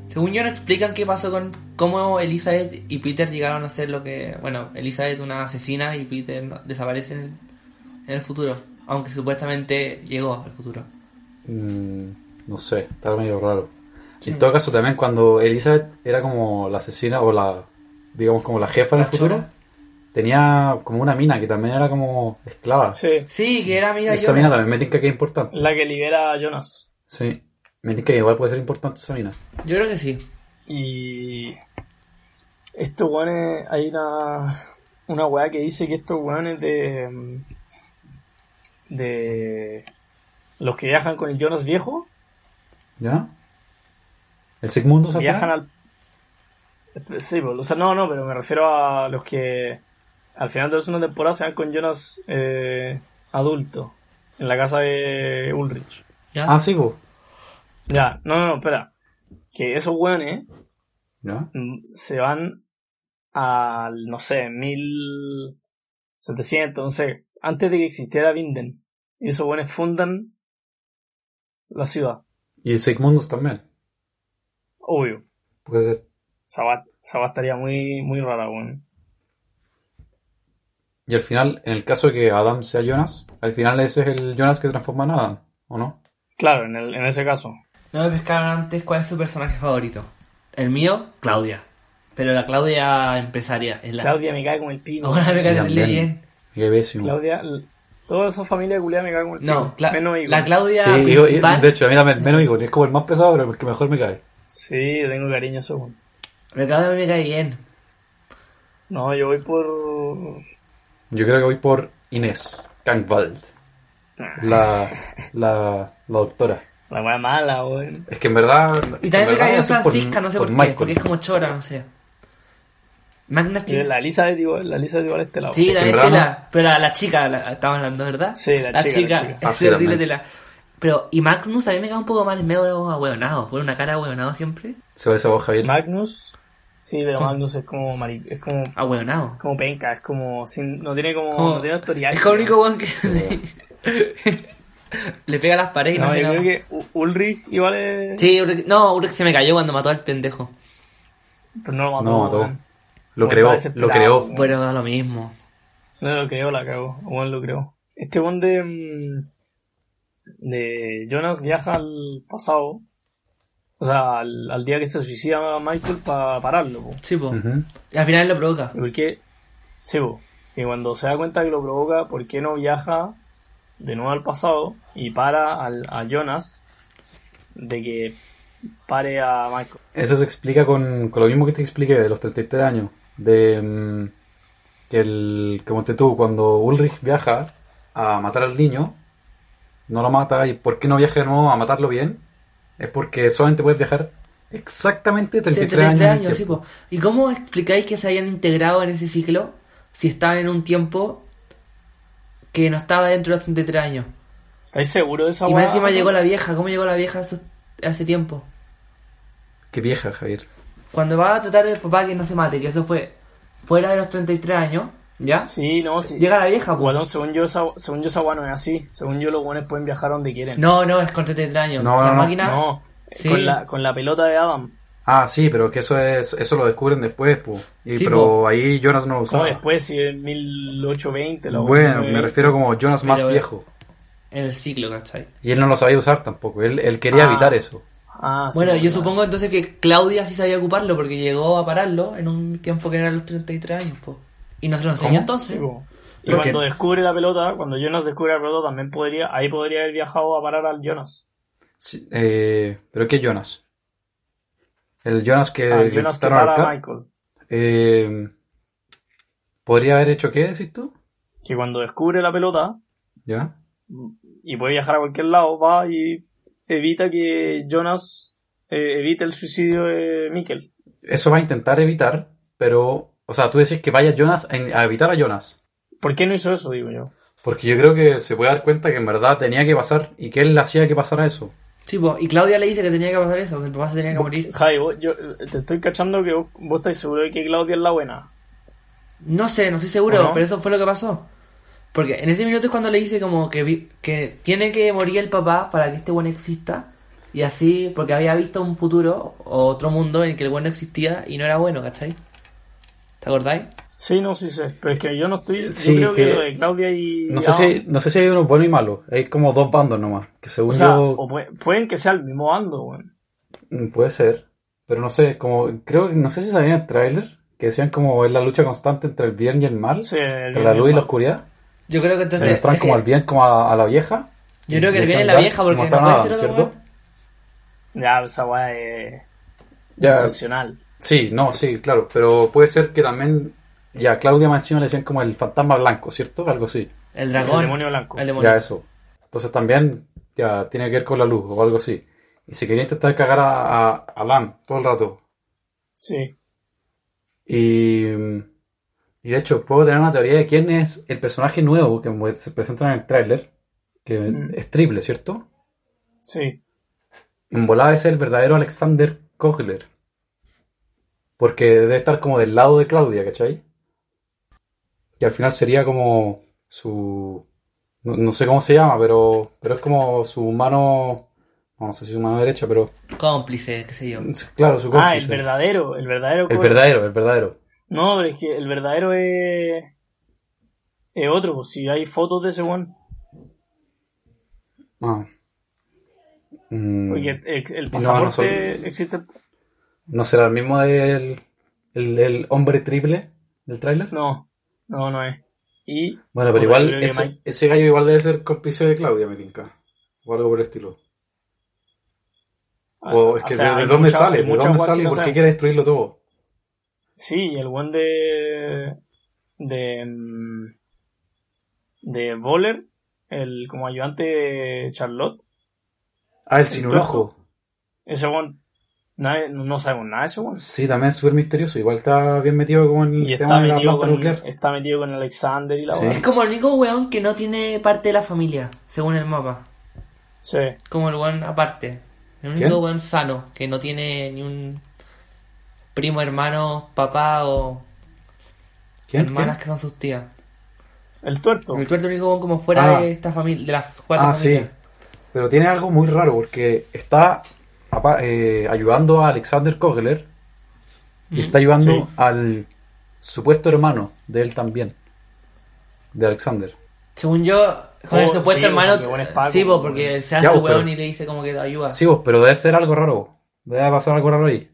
Según yo no explican qué pasó con cómo Elizabeth y Peter llegaron a ser lo que... Bueno, Elizabeth una asesina y Peter no- desaparece en en el futuro. Aunque supuestamente llegó al futuro. Mm, no sé, estaba medio raro. Sí. En todo caso, también cuando Elizabeth era como la asesina o la, digamos, como la jefa en el La futuro, chora. tenía como una mina que también era como esclava. Sí, Sí, que era amiga de Esa mina Jonas. también me tinca que es importante. la que libera a Jonas. Sí, me tinca que igual puede ser importante esa mina. Yo creo que sí. Y estos weones, hay una, una weá que dice que estos weones de. mm, de. los que viajan con el Jonas viejo, ¿Ya? ¿El Sigmundo se viajan al. Sí, pues, o sea, no, no, pero me refiero a los que al final de la segunda temporada se van con Jonas eh, adulto en la casa de Ulrich. ¿Ya? Ah, sí, pues. Ya, no, no, no, espera. Que esos weones ¿Ya? mm, se van al, no sé, 1700, no sé, antes de que existiera Vinden. Y esos buenos fundan la ciudad, Y el Sigmundus también. obvio. Puede ser. Esa va, esa va estaría muy, muy rara, weón. Y al final, en el caso de que Adam sea Jonas, al final ese es el Jonas que transforma en Adam, ¿o no? Claro, en, el, en ese caso. No me pescaron antes cuál es su personaje favorito. El mío, Claudia. Pero la Claudia empresaria. Es la... Claudia me cae con el pino. Ahora me cae También. terrible bien. Qué pésimo. Claudia, l- toda esa familia de culiada me cae con el pino. No, Cla- Menos Igor. la Claudia Sí, digo, y- principal de hecho, a mí también, menos Igor, es como el más pesado, pero el que mejor me cae. Sí, tengo cariño a ese weón. La Claudia me cae bien. No, yo voy por. Yo creo que voy por Inés Kankvald, Ah. Nah, la, la, la doctora. la weá mala, weón. Es que en verdad. Y también me cae bien Francisca, no sé por, qué, Michael. porque es como chora, no sé. Magna Y La Elizabeth igual, la Elizabeth igual a este lado. Sí, Es la que en de verdad Tela. Pero la, la chica, la, estamos hablando, ¿verdad? Sí, la chica, la chica. Ah, es sí, terrible también. Tela. Pero, y Magnus también me cae un poco mal, es medio ahueonado, pone una cara ahueonado siempre. Se ve esa voz, Javier. Magnus, sí, pero ¿Cómo? Magnus es como mari- es como, Ahueonado. como penca, es como sin- no tiene como, Como- no tiene autoridad. Es como el único weón que le pega a las paredes y no No, hace yo nada. creo que u- Ulrich igual es... Sí, Ulrich- no, Ulrich se me cayó cuando mató al pendejo. Pero pues no lo mató. No, mató. weón. Lo Como creó, está lo desesperado. creó. Bueno, da lo mismo. No lo creo, la cago. Bueno, lo creo. Este one de. mm, de Jonas viaja al pasado. O sea, al, al día que se suicida Michael para pararlo, po. Sí, po. Ujú. Al final lo provoca. ¿Y por qué? Sí, po. Y cuando se da cuenta que lo provoca, ¿por qué no viaja de nuevo al pasado y para al, a Jonas de que pare a Michael? Eso se explica con, con lo mismo que te expliqué de los 33 años. De mm, que el, como te tú, cuando Ulrich viaja a matar al niño, no lo mata. ¿Y por qué no viaja de nuevo a matarlo bien? Es porque solamente puedes viajar exactamente 33, 33 años. en el años, sí, tiempo. po. ¿Y cómo explicáis que se hayan integrado en ese ciclo si estaban en un tiempo que no estaba dentro de los 33 años? ¿Estáis seguro de esa y weá? más encima llegó la vieja. ¿Cómo llegó la vieja a esos- a ese tiempo? Qué vieja, Javier. Cuando va a tratar del papá que no se mate, que eso fue fuera de los 33 años, ¿ya? Sí, no, sí. Llega la vieja, po. Guadón, según yo, esa, según yo, esa weá no es así. Según yo, los buenos pueden viajar donde quieren. No, no, es con 33 años. No, la no, no, máquina... No, eh, Sí. con, la, con la pelota de Adam. Ah, sí, pero que eso es eso lo descubren después, po. Y, Sí, pero po. ahí Jonas no lo Como usaba. después, si en 1820. La Ah. bueno, otra, me refiero como Jonas más Pero- viejo. En el ciclo, ¿cachai? Y él no lo sabía usar tampoco. Él, él quería Ah. evitar eso. Ah, sí, Bueno, yo verdad. supongo entonces que Claudia sí sabía ocuparlo porque llegó a pararlo en un tiempo que era los 33 años, po. Y no se lo enseñó ¿Cómo? Sí, entonces. po. Y Porque- cuando descubre la pelota, cuando Jonas descubre la pelota, también podría, ahí podría haber viajado a parar al Jonas. Sí, eh, ¿Pero qué Jonas? El Jonas que Ah, Al le Jonas que quitaron al para cat, a Michael. eh, ¿Podría haber hecho qué, decís tú? Que cuando descubre la pelota ¿Ya? y puede viajar a cualquier lado, va y evita que Jonas eh, evite el suicidio de Mikkel. Eso va a intentar evitar, pero... O sea, tú decís que vaya Jonas a, a evitar a Jonas. ¿Por qué no hizo eso, digo yo? Porque yo creo que se puede dar cuenta que en verdad tenía que pasar y que él le hacía que pasara eso. Sí, po. Y Claudia le dice que tenía que pasar eso, que el papá se tenía que morir. Jai, vos- yo eh, te estoy cachando que vos, vos estáis seguro de que Claudia es la buena. No sé, no estoy seguro, ¿O no? pero eso fue lo que pasó. Porque en ese minuto es cuando le dice como que, vi- que tiene que morir el papá para que este bueno exista. Y así, porque había visto un futuro o otro mundo en el que el bueno existía y no era bueno, ¿cachai? ¿Te acordáis? Sí, no, sí sé. Pero es que yo no estoy. Sí, yo creo que, que- lo de Claudia y. No sé, Adam- si, no sé si hay uno bueno y malo. Hay como dos bandos nomás. Que según O sea, yo o pue- pueden que sea el mismo bando, weón. mm, puede ser. Pero no sé, como creo que no sé si sabía en el tráiler que decían como es la lucha constante entre el bien y el mal, Sí, el entre la bien luz y y la el mal. oscuridad. Yo creo que Se entonces... mostraron es que como al bien como a, a la vieja. yo creo que Y el bien es decían, la ya, vieja porque no mataron a puede Adam, ser otro ¿cierto? weón. Ya, esa weá es. Ya, Funcional. sí, no, sí, claro. Pero puede ser que también. Ya, Claudia más encima le decían como el fantasma blanco, ¿cierto? Algo así. El El dragón. demonio blanco. El demonio. Ya, eso. Entonces también ya tiene que ver con la luz o algo así. Y se quería intentar cagar a, a, a Lan todo el rato. Sí. Y, y de hecho, puedo tener una teoría de quién es el personaje nuevo que mu- se presenta en el tráiler, que Mm. es triple, ¿cierto? Sí. En volada es el verdadero Alexander Kogler. Porque debe estar como del lado de Claudia, ¿cachai? Y al final sería como su... No, no sé cómo se llama, pero, pero es como su mano... No, no sé si su mano derecha, pero... Cómplice, qué sé yo. Claro, su Ah, el cómplice. verdadero. El verdadero. El co- verdadero, el verdadero. No, pero es que el verdadero es. Es otro, pues, si hay fotos de ese weón. Ah. Mm, Porque el, el no pasaporte soy- existe. ¿No será el mismo del el, del hombre triple del tráiler? No, no, no es. Y. Bueno, pero Puta, yo igual creo que ese, Mike- ese gallo igual debe ser cómplice de Claudia, me tinca. O algo por el estilo. O es que Ah, sea, de, de hay dónde mucha- sale, hay de mucha dónde weá que sale y no por qué saben. quiere destruirlo todo. Sí, y el one de. de. mm, de Boller, el como ayudante de Charlotte, Ah, el sin un ojo. ese one. nadie- no sabemos nada de ese one. Sí, este también es súper misterioso. Igual está bien metido con el Y está tema de la metido, planta con, nuclear. está metido con Alexander y la Sí. Es weá. como el único weón que no tiene parte de la familia, según el mapa. Sí. Como el weón aparte. El único ¿Quién? weón sano, que no tiene ni un primo, hermano, papá o ¿Quién? hermanas ¿Quién? Oh. que son sus tías. El tuerto. El tuerto es el único weón como fuera Ah. de esta familia, de las cuatro Ah, sí. familias. Pero tiene algo muy raro porque está apa- eh, ayudando a Alexander Kogler y Mm, está ayudando sí. al supuesto hermano de él también, de Alexander. Según yo, con Oh, el supuesto sí, hermano. porque bueno, es Paco, sí, pues, bueno. porque se Ya, hace pues, weón pero- y le dice como que te ayuda. Sí, vos, pero debe ser algo raro. Debe pasar algo raro ahí.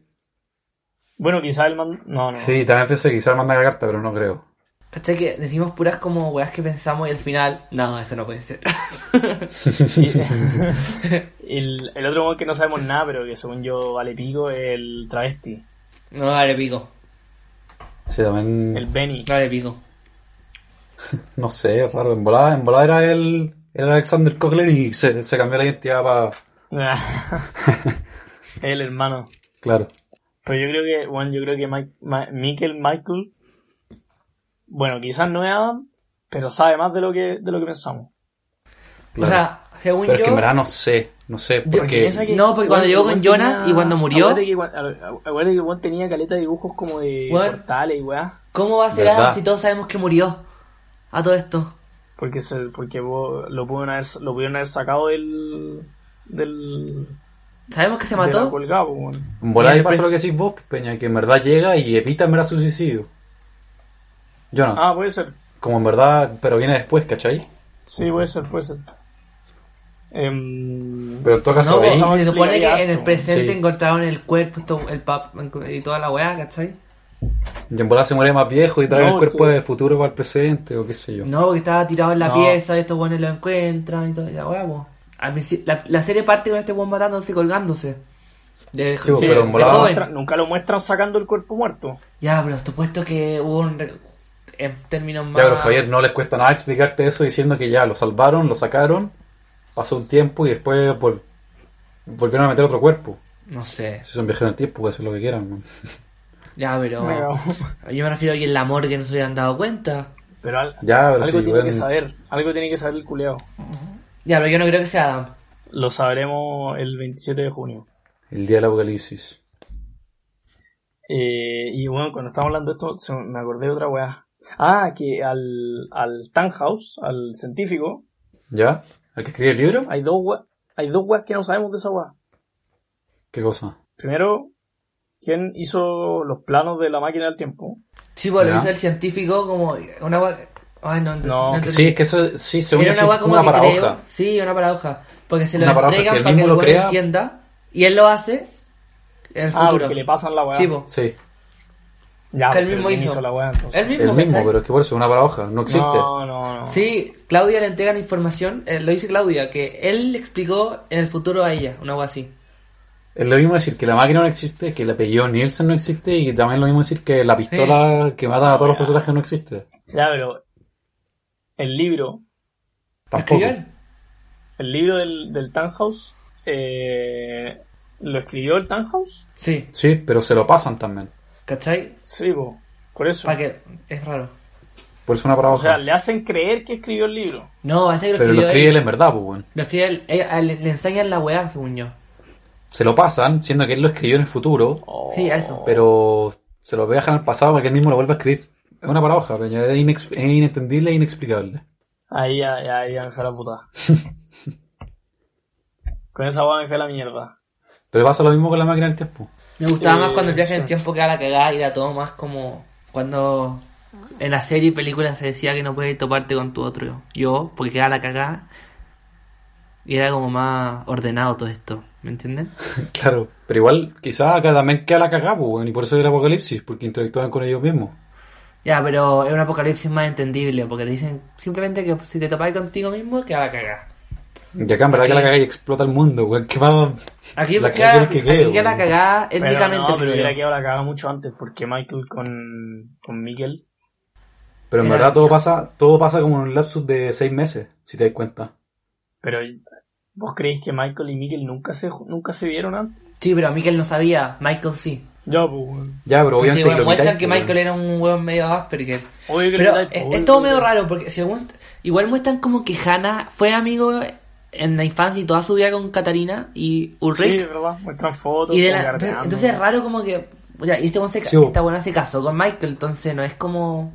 Bueno, quizás el man. No, no. Sí, también pensé que quizás manda la carta, pero no creo. ¿Cachai? Que decimos puras como weas que pensamos y al final. No, eso no puede ser. Y- el, el otro weón que no sabemos nada, pero que según yo vale pico, es el travesti. No, vale pico. Sí, también. El Benny. Vale pico. No sé, es raro. En volada, en volada era el, el Alexander Kogler y se, se cambió la identidad para. el hermano. Claro. Pero yo creo que, bueno, yo creo que Mike, Ma- Michael Michael, bueno, quizás no es Adam, pero sabe más de lo que, de lo que pensamos. claro. O sea, según pero es yo. que en verdad no sé. No sé, Yo- porque. Piensa Eh, no, porque cuando bueno, llegó el con weón Jonas y cuando murió- Acuérdate que, cua- acu- acuérdate que el weón tenía caleta de dibujos como de Weón. portales y weá. ¿Cómo va a ser ¿Verdad? Adam si todos sabemos que murió? A todo esto. Porque, se, porque vos- lo, pudieron haber, lo pudieron haber sacado del. del. ¿Sabemos que se de la mató? colgada, po, weón. En volada y Y el pasa pre- lo que decís vos, Peña, que en verdad llega y evita en verdad su suicidio. Jonas, Ah, puede ser. como en verdad, pero viene después, ¿cachai? Sí, puede ser, puede ser. Em, Pero en todo caso, No, ahí- vos- se supone que en el Harto, presente sí. encontraron el cuerpo, esto- el pap y toda la weá, ¿cachai? y en volada se muere más viejo y trae No, el cuerpo tú- del futuro para el presente, o qué sé yo. No, porque estaba tirado en la No. pieza y estos weones lo encuentran y todo, y la weá, po. Al principio- la, la serie parte con este weón matándose y colgándose. De, Sí, po, de- pero en de volada- joven. muestra- nunca lo muestran sacando el cuerpo muerto. Ya, pero supuesto que hubo un. re- En términos más. Ya, pero Javier, no les cuesta nada explicarte eso diciendo que ya lo salvaron, lo sacaron, pasó un tiempo y después vol- volvieron a meter otro cuerpo. No sé. Si son viajes en el tiempo, puede ser lo que quieran. man. Ya, pero. Me cago. Yo me refiero a que en la morgue no se hubieran dado cuenta. Pero al- Ya, pero algo si tiene ven- que saber, algo tiene que saber el culeado. Ya, pero yo no creo que sea Adam. Lo sabremos el 27 de junio. El día del apocalipsis. Eh, y bueno, cuando estamos hablando de esto, se- me acordé de otra weá. Ah, que al, al Tannhaus, al científico, ¿Ya? ¿El que escribe el libro? hay dos weá, hay dos weas que no sabemos de esa weá. ¿Qué cosa? Primero, ¿quién hizo los planos de la máquina del tiempo? Sí, pues lo Ya. hizo el científico como una gua- Ay, no, ent- No, entendí. Sí, es que eso, sí, según Era eso una es gua como como una que creo- paradoja. sí, una paradoja. Porque se lo Una paradoja, entregan que él para que el mismo lo güey crea. entienda. Y él lo hace en el Ah, futuro. porque le pasan la weá. Sí, po. Sí, ya, Que él pero mismo ¿quién hizo. la weá entonces. Él mismo, el mismo, ¿cachai? pero es que por eso es una paradoja, no existe. No, no, no. Sí, Claudia le entrega la información, eh, lo dice Claudia, que él le explicó en el futuro a ella, una cosa así. Es lo mismo decir que la máquina no existe, que el apellido Nielsen no existe y también es lo mismo decir que la pistola que mata a todos los personajes no existe. Ya, pero el libro ¿Lo Tampoco. escribió él? El libro del, del Tannhaus eh, lo escribió el Tannhaus. Sí, Sí, pero se lo pasan también. ¿cachai? Sí, po, por eso. Para que, es raro. Por eso una O paradoja. sea, le hacen creer que escribió el libro. No, parece que lo pero lo escribió escribe él. él en verdad, pues, weón. Lo escribe él, eh, a él le, le enseñan la weá, según yo. Se lo pasan, siendo que él lo escribió en el futuro, Sí, a Oh. eso. pero se lo viajan al pasado para que él mismo lo vuelva a escribir. Es una paradoja, peña. Es, inex- es inentendible e inexplicable. Ahí ya, ya, ya me fue la puta. Con esa hueá me fue la mierda. Pero pasa lo mismo con la máquina del tiempo. Me gustaba Eh, más cuando el viaje en el sí. tiempo quedaba la cagada y era todo más como cuando en la serie y película se decía que no puedes toparte con tu otro yo, yo, porque quedaba la cagada y era como más ordenado todo esto, ¿me entienden? claro. Pero igual, quizás acá también queda la cagada, pues, weón, y por eso es el apocalipsis, porque interactúan con ellos mismos. Ya, pero es un apocalipsis más entendible, porque te dicen simplemente que si te topáis contigo mismo, queda la cagada. Y acá en verdad que la cagada y explota el mundo, weón. Qué más. Aquí pues La queda, cagada que quede, aquí queda la weón. cagada Pero étnicamente. no, pero primero. hubiera quedado la cagada mucho antes porque Michael con, con Miguel. Pero en Era- verdad todo pasa, todo pasa como en un lapsus de seis meses, si te das cuenta. Pero ¿vos creéis que Michael y Miguel nunca se, nunca se vieron antes? Sí, pero Michael no sabía, Michael sí. Ya, pues. Ya, pero Sí, obviamente. bueno, lo muestran quitáis, que pues, Michael weón. era un hueón medio Asperger. Obvio que le Pero dais, es, po, es obvio todo que le medio dais. raro, porque según, igual muestran como que Hannah fue amigo en la infancia y toda su vida con Katarina y Sí, Ulrich. es verdad. Muestran fotos. y de la- como entonces, cargando. entonces es raro como que... ya, y este weón se, ca- Sí, bo. esta buena se casó con Michael, entonces no es como...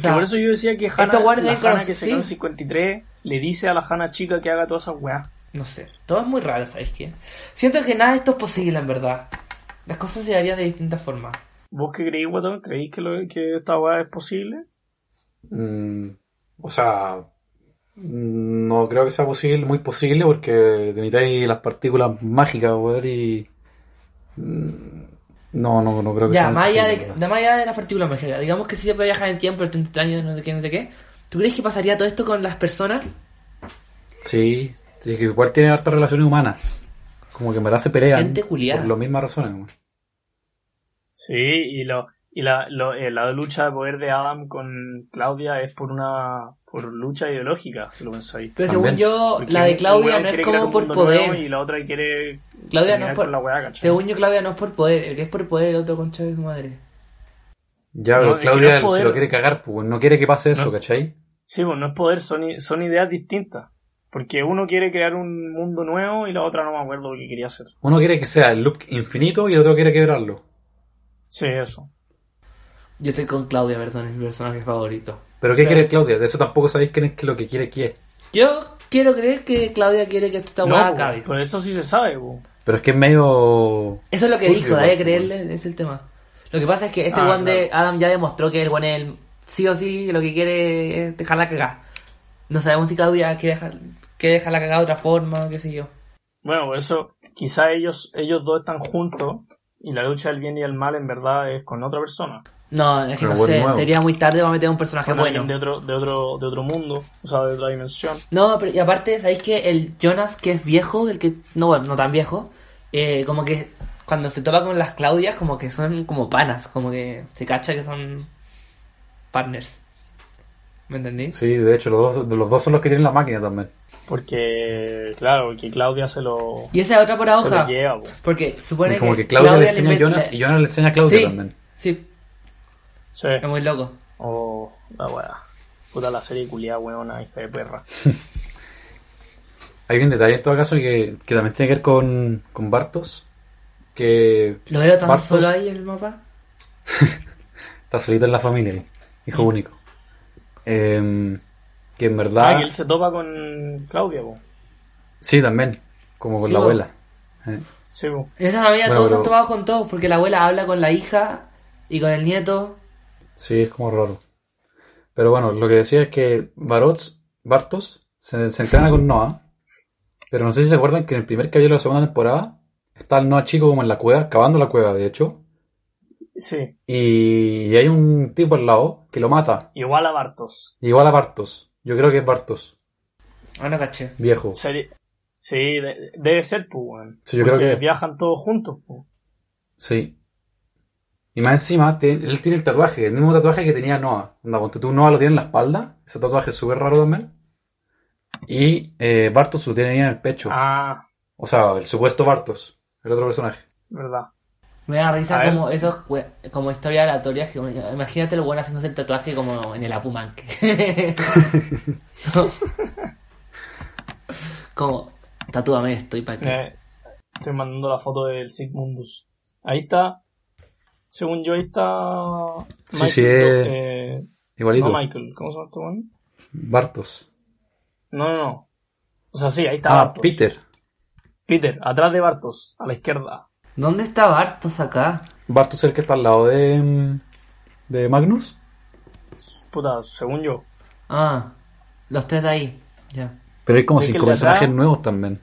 O sea, que por eso yo decía que Hannah, estos guardias la deben Hannah conocer- que se quedó en sí. 53 le dice a la Hannah chica que haga todas esas weas. No sé, todo es muy raro, ¿sabes qué? Siento que nada de esto es posible, en verdad. Las cosas se harían de distintas formas. ¿Vos qué creéis, Guatón? ¿Creéis que, lo, que esta weá es posible? Mm, o sea, mm, no creo que sea posible, muy posible, porque necesitáis las partículas mágicas, weón, y. mm, No, no, no creo que Ya, sea. muy más allá de, posible, de más allá de las partículas mágicas, digamos que si se puede viajar en tiempo, el 30 años, no sé qué, no sé qué. ¿Tú crees que pasaría todo esto con las personas? Sí, sí, que igual tiene hartas relaciones humanas. Como que en verdad se pelean. Gente culiada. Por las mismas razones, weón. Sí, y, lo, y la, lo- eh, la lucha de poder de Adam con Claudia es por una por lucha ideológica, si lo pensáis. Pero También. según yo, Porque la de un Claudia weón no es quiere crear como un por mundo nuevo poder. Y la otra quiere. Claudia no terminar es por- con La weá, ¿cachai? Según yo, Claudia no es por poder. El que es por poder, el otro concha de su madre. Ya, No, pero es que no Claudia es poder. se lo quiere cagar, pues no quiere que pase eso, No. ¿cachai? Sí, pues no es poder, son, i- son ideas distintas. Porque uno quiere crear un mundo nuevo y la otra no me acuerdo lo que quería hacer. Uno quiere que sea el loop infinito y el otro quiere quebrarlo. Sí, eso. Yo estoy con Claudia, perdón, es mi personaje favorito. Pero ¿qué Claro. quiere Claudia? De eso tampoco sabéis quién es que lo que quiere quién. Yo quiero creer que Claudia quiere que esta No, weá po, acabe. pero eso sí se sabe, pues. po. Pero es que es medio. Eso es lo que Uy, dijo, qué de ahí a guapo, creerle, ese es el tema. Lo que pasa es que este Ah, one de Adam ya demostró que el one es el sí o sí lo que quiere es dejarla cagar. No sabemos si Claudia quiere dejar, quiere dejarla cagar de otra forma, qué sé yo. Bueno, por eso quizá ellos, ellos dos están juntos y la lucha del bien y el mal en verdad es con otra persona. No, es que Pero no bueno, sé, nuevo. sería muy tarde para meter a un personaje Con alguien bueno. de otro, de otro, de otro mundo, o sea, de otra dimensión. No, pero y aparte, ¿sabéis que el Jonas, que es viejo, el que. No, bueno, no tan viejo, eh, como que cuando se topa con las Claudias, como que son como panas, como que se cacha que son partners. ¿Me entendí? Sí, de hecho, los dos, los dos son los que tienen la máquina también. Porque, claro, porque Claudia se lo, Y esa es otra se lo paradoja. lleva, po. Porque supone Es como que, que Claudia, le le enseña a inventa- Jonas y Jonas le enseña a Claudia Sí, también. Sí, Sí. es muy loco. Oh, la weá. Puta la serie culiada, weona, hija de perra. Hay un detalle en todo caso que, que también tiene que ver con, con Bartos. Que ¿Lo veo tan Bartos- solo ahí en el mapa? está solito en la familia, el Mm. hijo único. Em, que en verdad. Ah, y él se topa con Claudia, po. Sí, también. Como con Sí, la po. abuela. Eh. Sí, po. En esa familia Bueno, todos pero- han tomado con todos, porque la abuela habla con la hija y con el nieto. Sí, es como raro. Pero bueno, lo que decía es que Barots, Bartos se, se entrena con Noah. Pero no sé si se acuerdan que en el primer capítulo de la segunda temporada está el Noah chico como en la cueva, cavando la cueva, de hecho. Sí. Y, hay un tipo al lado que lo mata. Igual a Bartos. Igual a Bartos. Yo creo que es Bartos, Ah, no caché. viejo. Serie- Sí, de- debe ser, pues, weón. Sí, yo Porque creo que- viajan todos juntos, pues. Sí. Y más encima, te- él tiene el tatuaje, el mismo tatuaje que tenía Noah. Onda, ponte tú, Noah lo tiene en la espalda. Ese tatuaje es súper raro también. Y eh, Bartos lo tiene ahí en el pecho. Ah, O sea, el supuesto Bartos, el otro personaje. verdad. Me da A risa ver. como esos we- como historias aleatorias que imagínate lo bueno haciéndose el tatuaje como en el apumanque. como tatúame esto y para qué. Eh, estoy mandando la foto del Sigmundus. Ahí está. Según yo, ahí está. Sí, sí, es- eh, Igualito. no, Michael. ¿Cómo se llama este weón? Bartos. No, no, no. O sea, sí, ahí está Ah, Bartos. Peter. Peter, atrás de Bartos, a la izquierda. ¿Dónde está Bartos acá? Bartos es el que está al lado de, mm, de Magnus. Puta, según yo. Ah, los tres de ahí. Ya. Pero hay como Sí, que cinco el de atrás- personajes nuevos también.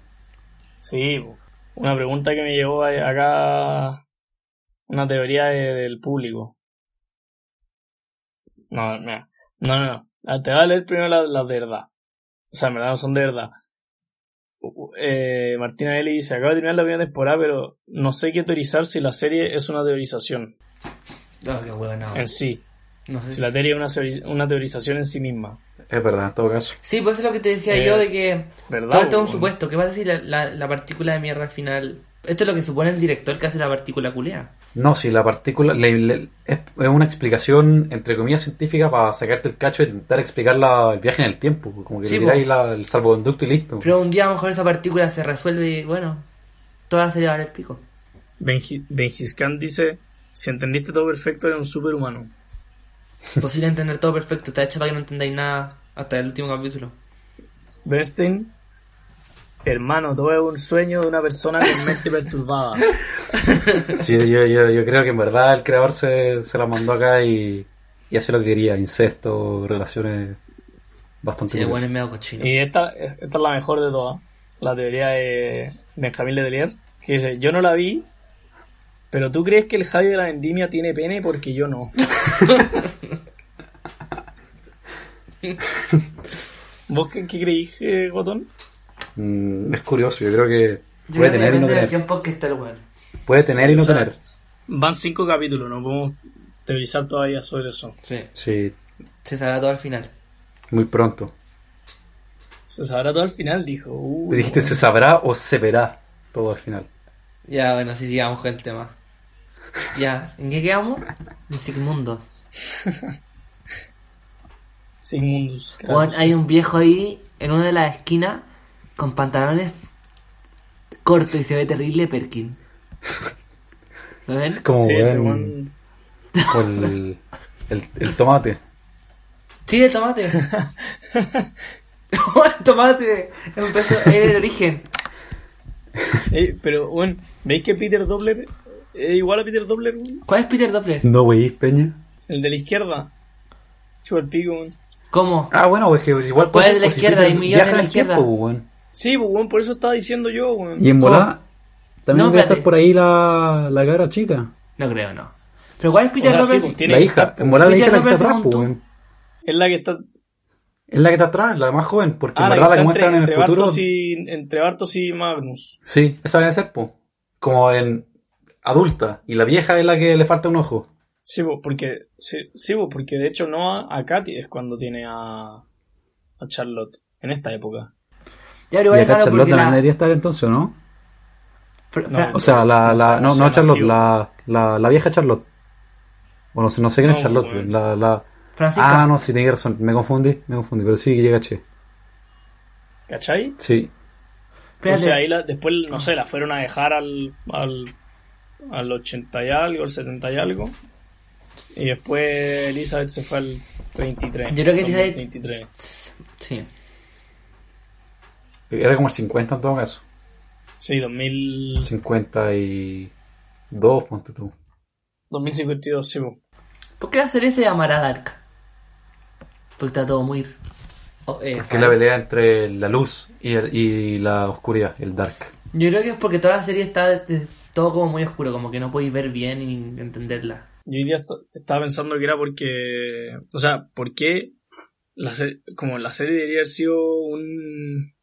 Sí, po. una pregunta que me llegó a- acá. Una teoría de- del público. No, mira. No, no, no. Ah, Te voy a leer primero las las de verdad. O sea, en verdad no son de verdad. U- u- Eh, Martina Eli dice: Acabo de terminar la primera temporada, pero no sé qué teorizar si la serie es una teorización Ah, No, qué huevona. en sí. No sé Si la si- teoría es una, teori- una teorización en sí misma. Es verdad, en todo caso. Sí, pues eso es lo que te decía Eh, yo de que ¿Verdad? todo esto es un po? supuesto. ¿Qué pasa si la, la, la partícula de mierda al final... Esto es lo que supone el director que hace la partícula culea. No, si la partícula le- le- es es una explicación, entre comillas, científica para sacarte el cacho y intentar explicar la- el viaje en el tiempo. pues, Como que Sí, le tiráis la- el salvoconducto y listo. Pero un día a lo mejor esa partícula se resuelve y bueno, toda se le va a dar el pico. Benji- Benjis Khan dice: Si entendiste todo perfecto, eres un superhumano. Imposible entender todo perfecto, está hecho para que no entendáis nada hasta el último capítulo. Bernstein Hermano, todo es un sueño de una persona con mente perturbada. Sí, yo, yo, yo creo que en verdad el creador se, se la mandó acá y, y hace lo que quería, incesto, relaciones bastante Sí, el curiosas. weón es medio cochino. Y esta, esta es la mejor de todas, la teoría de Benjamín Letelier, que dice, yo no la vi, pero tú crees que el Javi de la Vendimia tiene pene porque yo no. ¿Vos qué, qué creís, eh, Gotón? Mm, es curioso, yo creo que Yo puede creo que tener y no depende del tener. tiempo que está el weón. Puede tener y no o sea- tener. Van cinco capítulos, no podemos teorizar todavía sobre eso. Sí. Sí, Se sabrá todo al final. muy pronto. Se sabrá todo al final, dijo. Uh, Le dijiste, bueno. se sabrá o se verá todo al final. Ya, bueno, así sigamos con el tema. Ya, ¿en qué quedamos? En Sigmundo. Sigmundus. Weón, Kratos. hay un viejo ahí en una de las esquinas con pantalones cortos y se ve terrible Perkin. ¿Lo ven? Como Sí, ese weón, weón- con el, el- el tomate. Sí, el tomate. el tomate. Empezó, era el origen. Eh, pero, bueno, ¿veis que Peter Doppler eh, es igual a Peter Doppler? weón? ¿Cuál es Peter Doppler? No, wey, Peña. El de la izquierda. Chupa el pico, weón. ¿Cómo? Ah, bueno, es que igual ¿Cuál es de la pues, si izquierda? Peter Hay millones viaja de la en el tiempo, izquierda. weón. Sí, pues, weón, por eso estaba diciendo yo, weón. Y en volá, también No, debe espérate. estar por ahí la, la cara chica. No creo, no. ¿Pero cuál es O Peter sea, sí, Doppler? pues, tiene La que hija, estar- en volá la hija Peter es la que está Doppler, atrás, según tú. weón. Es la que está. Es la que está atrás, la más joven, porque Ah, en la que verdad la está que entre, muestran en el entre futuro. Bartos y, entre Bartos y Magnus. Sí, esa debe ser, po. Como en adulta. Y la vieja es la que le falta un ojo. Sí, pues, porque. Sí, sí, pues, porque de hecho Noah a Katy es cuando tiene a. a Charlotte. En esta época. Ya, pero Y igual es acá raro Charlotte porque también la... debería estar entonces, ¿no? Fra- No, Fra- O sea, la, la, No sé, no, no no sé, Charlotte, nació. la, la, la vieja Charlotte. Bueno, no sé quién es No, Charlotte, weón. la, la... Francisca. Ah, no, sí, tenía razón, me confundí, me confundí, pero sí que llega Che. ¿Cachai? Sí, Espérate. Entonces ahí la, después, no sé, la fueron a dejar al, al, al 80 y algo, al 70 y algo. Y después Elizabeth se fue al 33. Yo creo que Elizabeth- 2023. Sí. era como el 50 en todo caso. Sí, 2000, 52, ponte tú. 2052, sí. po. ¿Por qué la serie se llamará Dark? Porque está todo muy... oh, eh, Que es la pelea entre la luz y, el- y la oscuridad, el dark. Yo creo que es porque toda la serie está de- todo como muy oscuro, como que no podéis ver bien y entenderla. Yo hoy día est- estaba pensando que era porque. O sea, ¿por qué? La ser- como la serie debería haber sido un.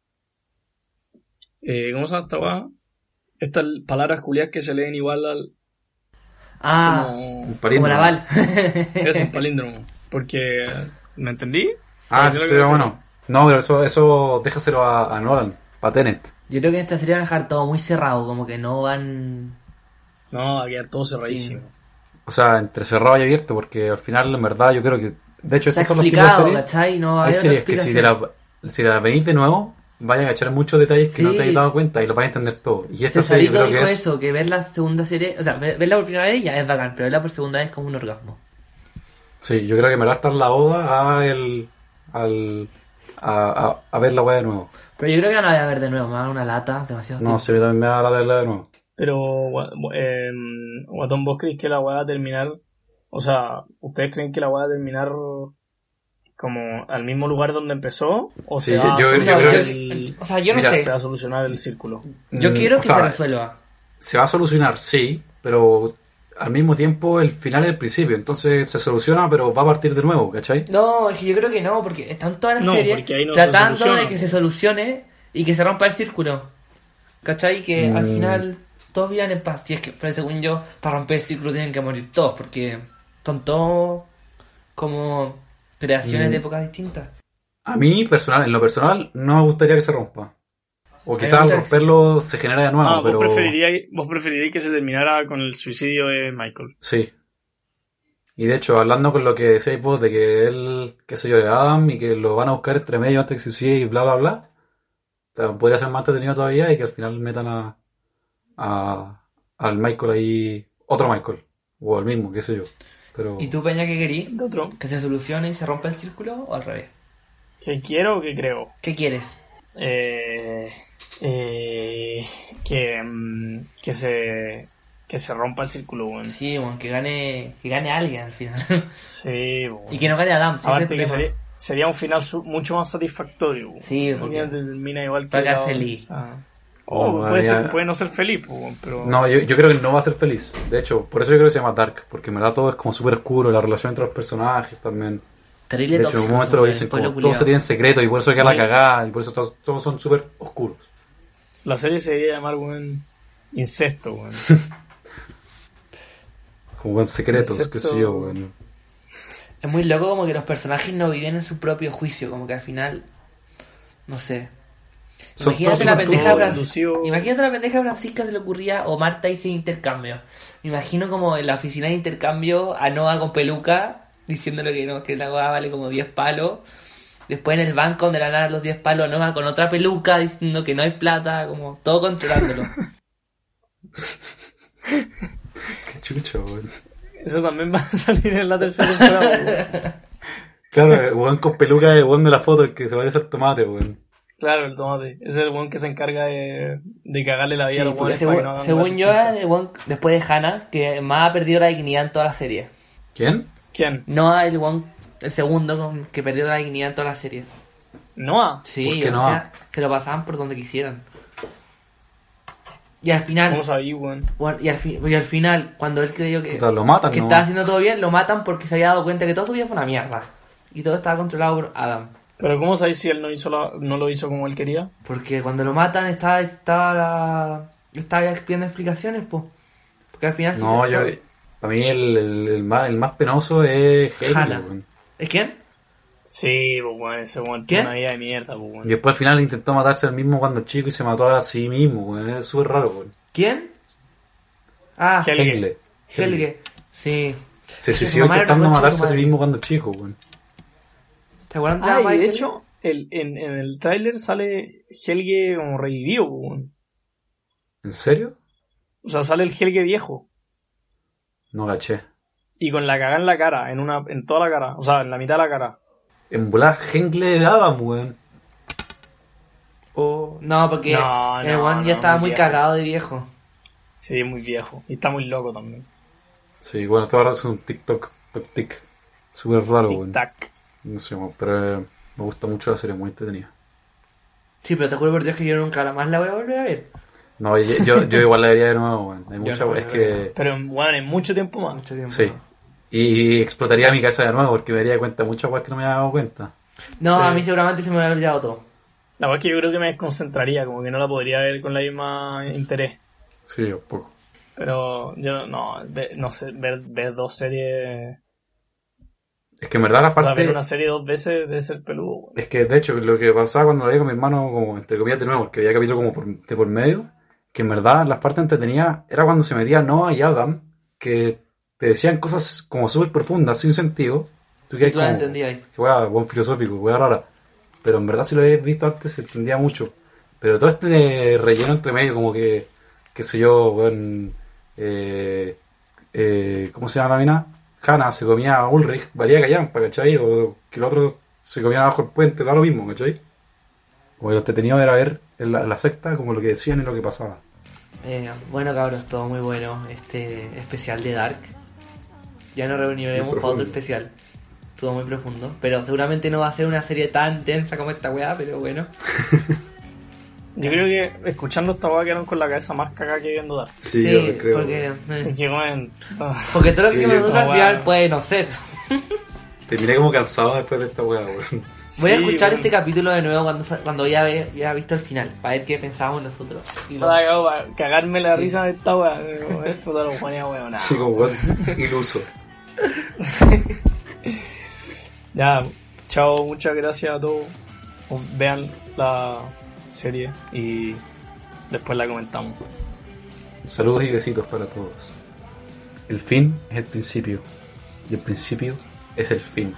eh, ¿Cómo se llama esta weá? Estas palabras culiadas que se leen igual al. Ah, como- como la Val. Es un palíndromo. Porque. ¿Me entendí? Ah, ¿Entendí sí, lo que pero me bueno. No, pero eso, eso déjaselo a, a Nolan, a Tenet. Yo creo que en esta serie van a dejar todo muy cerrado, como que no van... refiero? No, va a quedar todo cerradísimo. O sea, entre cerrado y abierto, porque al final, en verdad, yo creo que. De hecho, Se ha estos son los tipos de explicado, series. ¿cachai? No va a Hay haber otra series que si te explicación. la, si la venís de nuevo, vayas a echar muchos detalles que no Sí, te hayas dado sí. cuenta y lo vas a entender todo. Y esta serie yo Cesarito creo dijo que es. eso, que ver la segunda serie... O sea, ver- verla por primera vez ya es bacán, pero verla por segunda vez es como un orgasmo. Sí, yo creo que me va a estar la oda a el, al, a, a- a ver la weá de nuevo. Pero yo creo que no la voy a ver de nuevo, me va a dar una lata, demasiado No, tiempo. sí, también me va a la verla de nuevo. Pero, gua- bu- em, Guatón, ¿vos creéis que la weá va a terminar? O sea, ¿ustedes creen que la weá va a terminar como al mismo lugar donde empezó? ¿O Sí, se va yo- a yo No, solucionar creo el- o sea, yo no Mira, sé. se va a solucionar el círculo? Yo Mm, quiero o que sea, se resuelva. Se va a solucionar, sí, pero al mismo tiempo el final es el principio. Entonces se soluciona, pero va a partir de nuevo, ¿cachai? No, es que yo creo que no, porque están todas las No, series porque ahí no se tratando de soluciona. que se solucione y que se rompa el círculo. ¿Cachai? Que al Mm. final todos vivan en paz. Y es que, pero según yo, para romper el círculo tienen que morir todos, porque son todos como creaciones Mm. de épocas distintas. A mí, personal, en lo personal, no me gustaría que se rompa. O quizás al muchas- romperlo se genera de nuevo, Ah, pero. ¿vos, preferiríais, vos preferiríais que se terminara con el suicidio de Michael. Sí. Y de hecho, hablando con lo que decíais vos de que él, qué sé yo, de Adam y que lo van a buscar entre medio antes que se suicide y bla, bla, bla. O sea, podría ser más entretenido todavía y que al final metan a, a- al Michael ahí, otro Michael, o al mismo, qué sé yo. Pero ¿Y tú, Peña, qué querís? ¿De otro? ¿Que se solucione y se rompa el círculo o al revés? ¿Qué quiero o qué creo? ¿Qué quieres? Eh, eh, que, mm, que se que se rompa el círculo, weón. Sí, bueno, que gane, que gane alguien al final. Sí, weón. y que no gane Adam. Sí, Aparte ese que es el sería, tema. sería un final su- mucho más satisfactorio, weón. Sí, porque- porque termina igual que Para quedar la- feliz. Ah. Oh, Oh, puede, madre ser- mía. puede no ser feliz, pues, weón, pero... No, yo, yo creo que no va a ser feliz. De hecho, por eso yo creo que se llama Dark, porque en verdad todo es como súper oscuro, la relación entre los personajes también. Terrible De hecho, en tóxico, un momento lo weón, dicen, pueblo como todos se culiao. tienen secreto y por eso queda la Oye. cagada y por eso todos, todos son súper oscuros. La serie se debería llamar, weón, Incesto, weón. Como con secretos, Excepto- qué sé yo, bueno. Es muy loco como que los personajes no viven en su propio juicio, como que al final. No sé. Son Imagínate todos la, súper pendeja de crudos. Fran- Lucio- Imagínate la pendeja de Francisca se le ocurría o Marta hice intercambio. Me imagino como en la oficina de intercambio a Noah con peluca, diciéndole que no, que la weá vale como 10 palos. Después en el banco donde la nada los 10 palos a Noah con otra peluca diciendo que no hay plata, como todo controlándolo. Qué chucho, weón. Eso también va a salir en la tercera temporada, weón. Claro, el weón con peluca es el weón de la foto, el que se parece al tomate, weón. Claro, el tomate. Ese es el weón que se encarga de, de cagarle la vida Sí, a los porque según, weones para que no hagan según weas yo, distintas. el weón- después de Hannah, que más ha perdido la dignidad en toda la serie. ¿Quién? eh, ¿Quién? Noah, el weón, el segundo con- que perdió la dignidad en toda la serie. ¿Noah? Sí, ¿Por qué o Noah? sea, se lo pasaban por donde quisieran. Y al final, ¿Cómo sabí, weón? bueno, y, al fi- y al final, cuando él creyó que, Puta, lo matan, que ¿no? estaba haciendo todo bien, lo matan porque se había dado cuenta que todo su vida fue una mierda. Y todo estaba controlado por Adam. Pero ¿cómo sabéis si él no, hizo la- no lo hizo como él quería? Porque cuando lo matan estaba, estaba, la- estaba pidiendo explicaciones, pues. Porque al final... Ah, sí No, se- yo. Para mí el, el, el más, el más penoso es Haley, Hannah. weón. ¿Es ¿Eh, quién? Sí, pues weón, ese ¿Quién? weón tiene una vida de mierda, pues Y weón. después al final intentó matarse al mismo cuando chico y se mató a sí mismo, weón. Es súper raro, weón. ¿Quién? Ah, Helge. Haley. Helge. Sí. Se su suicidó mamá era intentando una concha de matarse a sí madre. mismo cuando chico, weón. ¿Te acuerdas de la Ah, mamá y de Helge? hecho, el, en, en el tráiler sale Helge como revivido, pues weón. ¿En serio? O sea, sale el Helge viejo. No gaché. Y con la cagada en la cara, en una, en toda la cara. O sea, en la mitad de la cara. En volar, Hengle era Adam, weón. O- No, porque No, el no, one no, ya estaba muy muy viejo. cagado de viejo. Sí, es muy viejo. Y está muy loco también. Sí, bueno, esto ahora es un TikTok, tic tic. Súper raro, weón. Tic-tac. No sé, weón, pero eh, me gusta mucho la serie, muy entretenida. Sí, pero te juro por Dios que yo nunca más la voy a volver a ver. No, yo, yo, yo igual la vería de nuevo, weón. Hay mucha, no la es vería. que. Pero bueno, en mucho tiempo más. Mucho tiempo. Sí. Y, y explotaría mi casa de nuevo porque me daría cuenta de muchas cosas que no me había dado cuenta. No, Sí. a mí seguramente se me hubiera olvidado todo. La verdad es que yo creo que me desconcentraría, como que no la podría ver con la misma interés. Sí, un poco. Pero yo no, ve- no sé, ver, ver dos series. Es que en verdad la O sea, parte. ver una serie dos veces debe ser peludo. güey. Es que de hecho lo que pasaba cuando la veía con mi hermano, como entre comillas de nuevo, porque había capítulo como por, de por medio, que en verdad las partes entretenidas era cuando se metía Noah y Adam, que te decían cosas como súper profundas, sin sentido. Tú Y quedas tú la como, entendías ahí. Weá, buen filosófico, weá rara. Pero en verdad si lo habéis visto antes se entendía mucho. Pero todo este relleno entre medio, como que, qué sé yo, weón, eh, eh, ¿cómo se llama la mina? Hannah se comía a Ulrich, valía callampa, ¿cachai? O que el otro se comía abajo el puente, da lo mismo, ¿cachai? Como que lo entretenido era ver en la, la secta como lo que decían y lo que pasaba. Eh, bueno, cabros, todo muy bueno. Este especial de Dark. Ya nos reuniremos Muy para otro profundo. especial. Estuvo muy profundo. Pero seguramente no va a ser una serie tan tensa como esta weá, pero bueno. Yo creo que escuchando esta weá quedaron con la cabeza más cagada que viendo Dark. Sí, porque, eh, Que, bueno, no. porque todo lo que Sí, se me yo- ocurre al weá. final puede no ser. Terminé como cansado después de esta weá, weón. Voy a Sí, escuchar güey. este capítulo de nuevo cuando, sa- cuando ya he ya he visto el final, para ver qué pensábamos nosotros. Y lo- Para para cagarme la Sí. risa de esta weá. güey. Esto te lo ponía weón. Sí, como weón iluso. Ya, chao, muchas gracias a todos. Os Vean la serie y después la comentamos. Saludos y besitos para todos. El fin es el principio. Y el principio es el fin.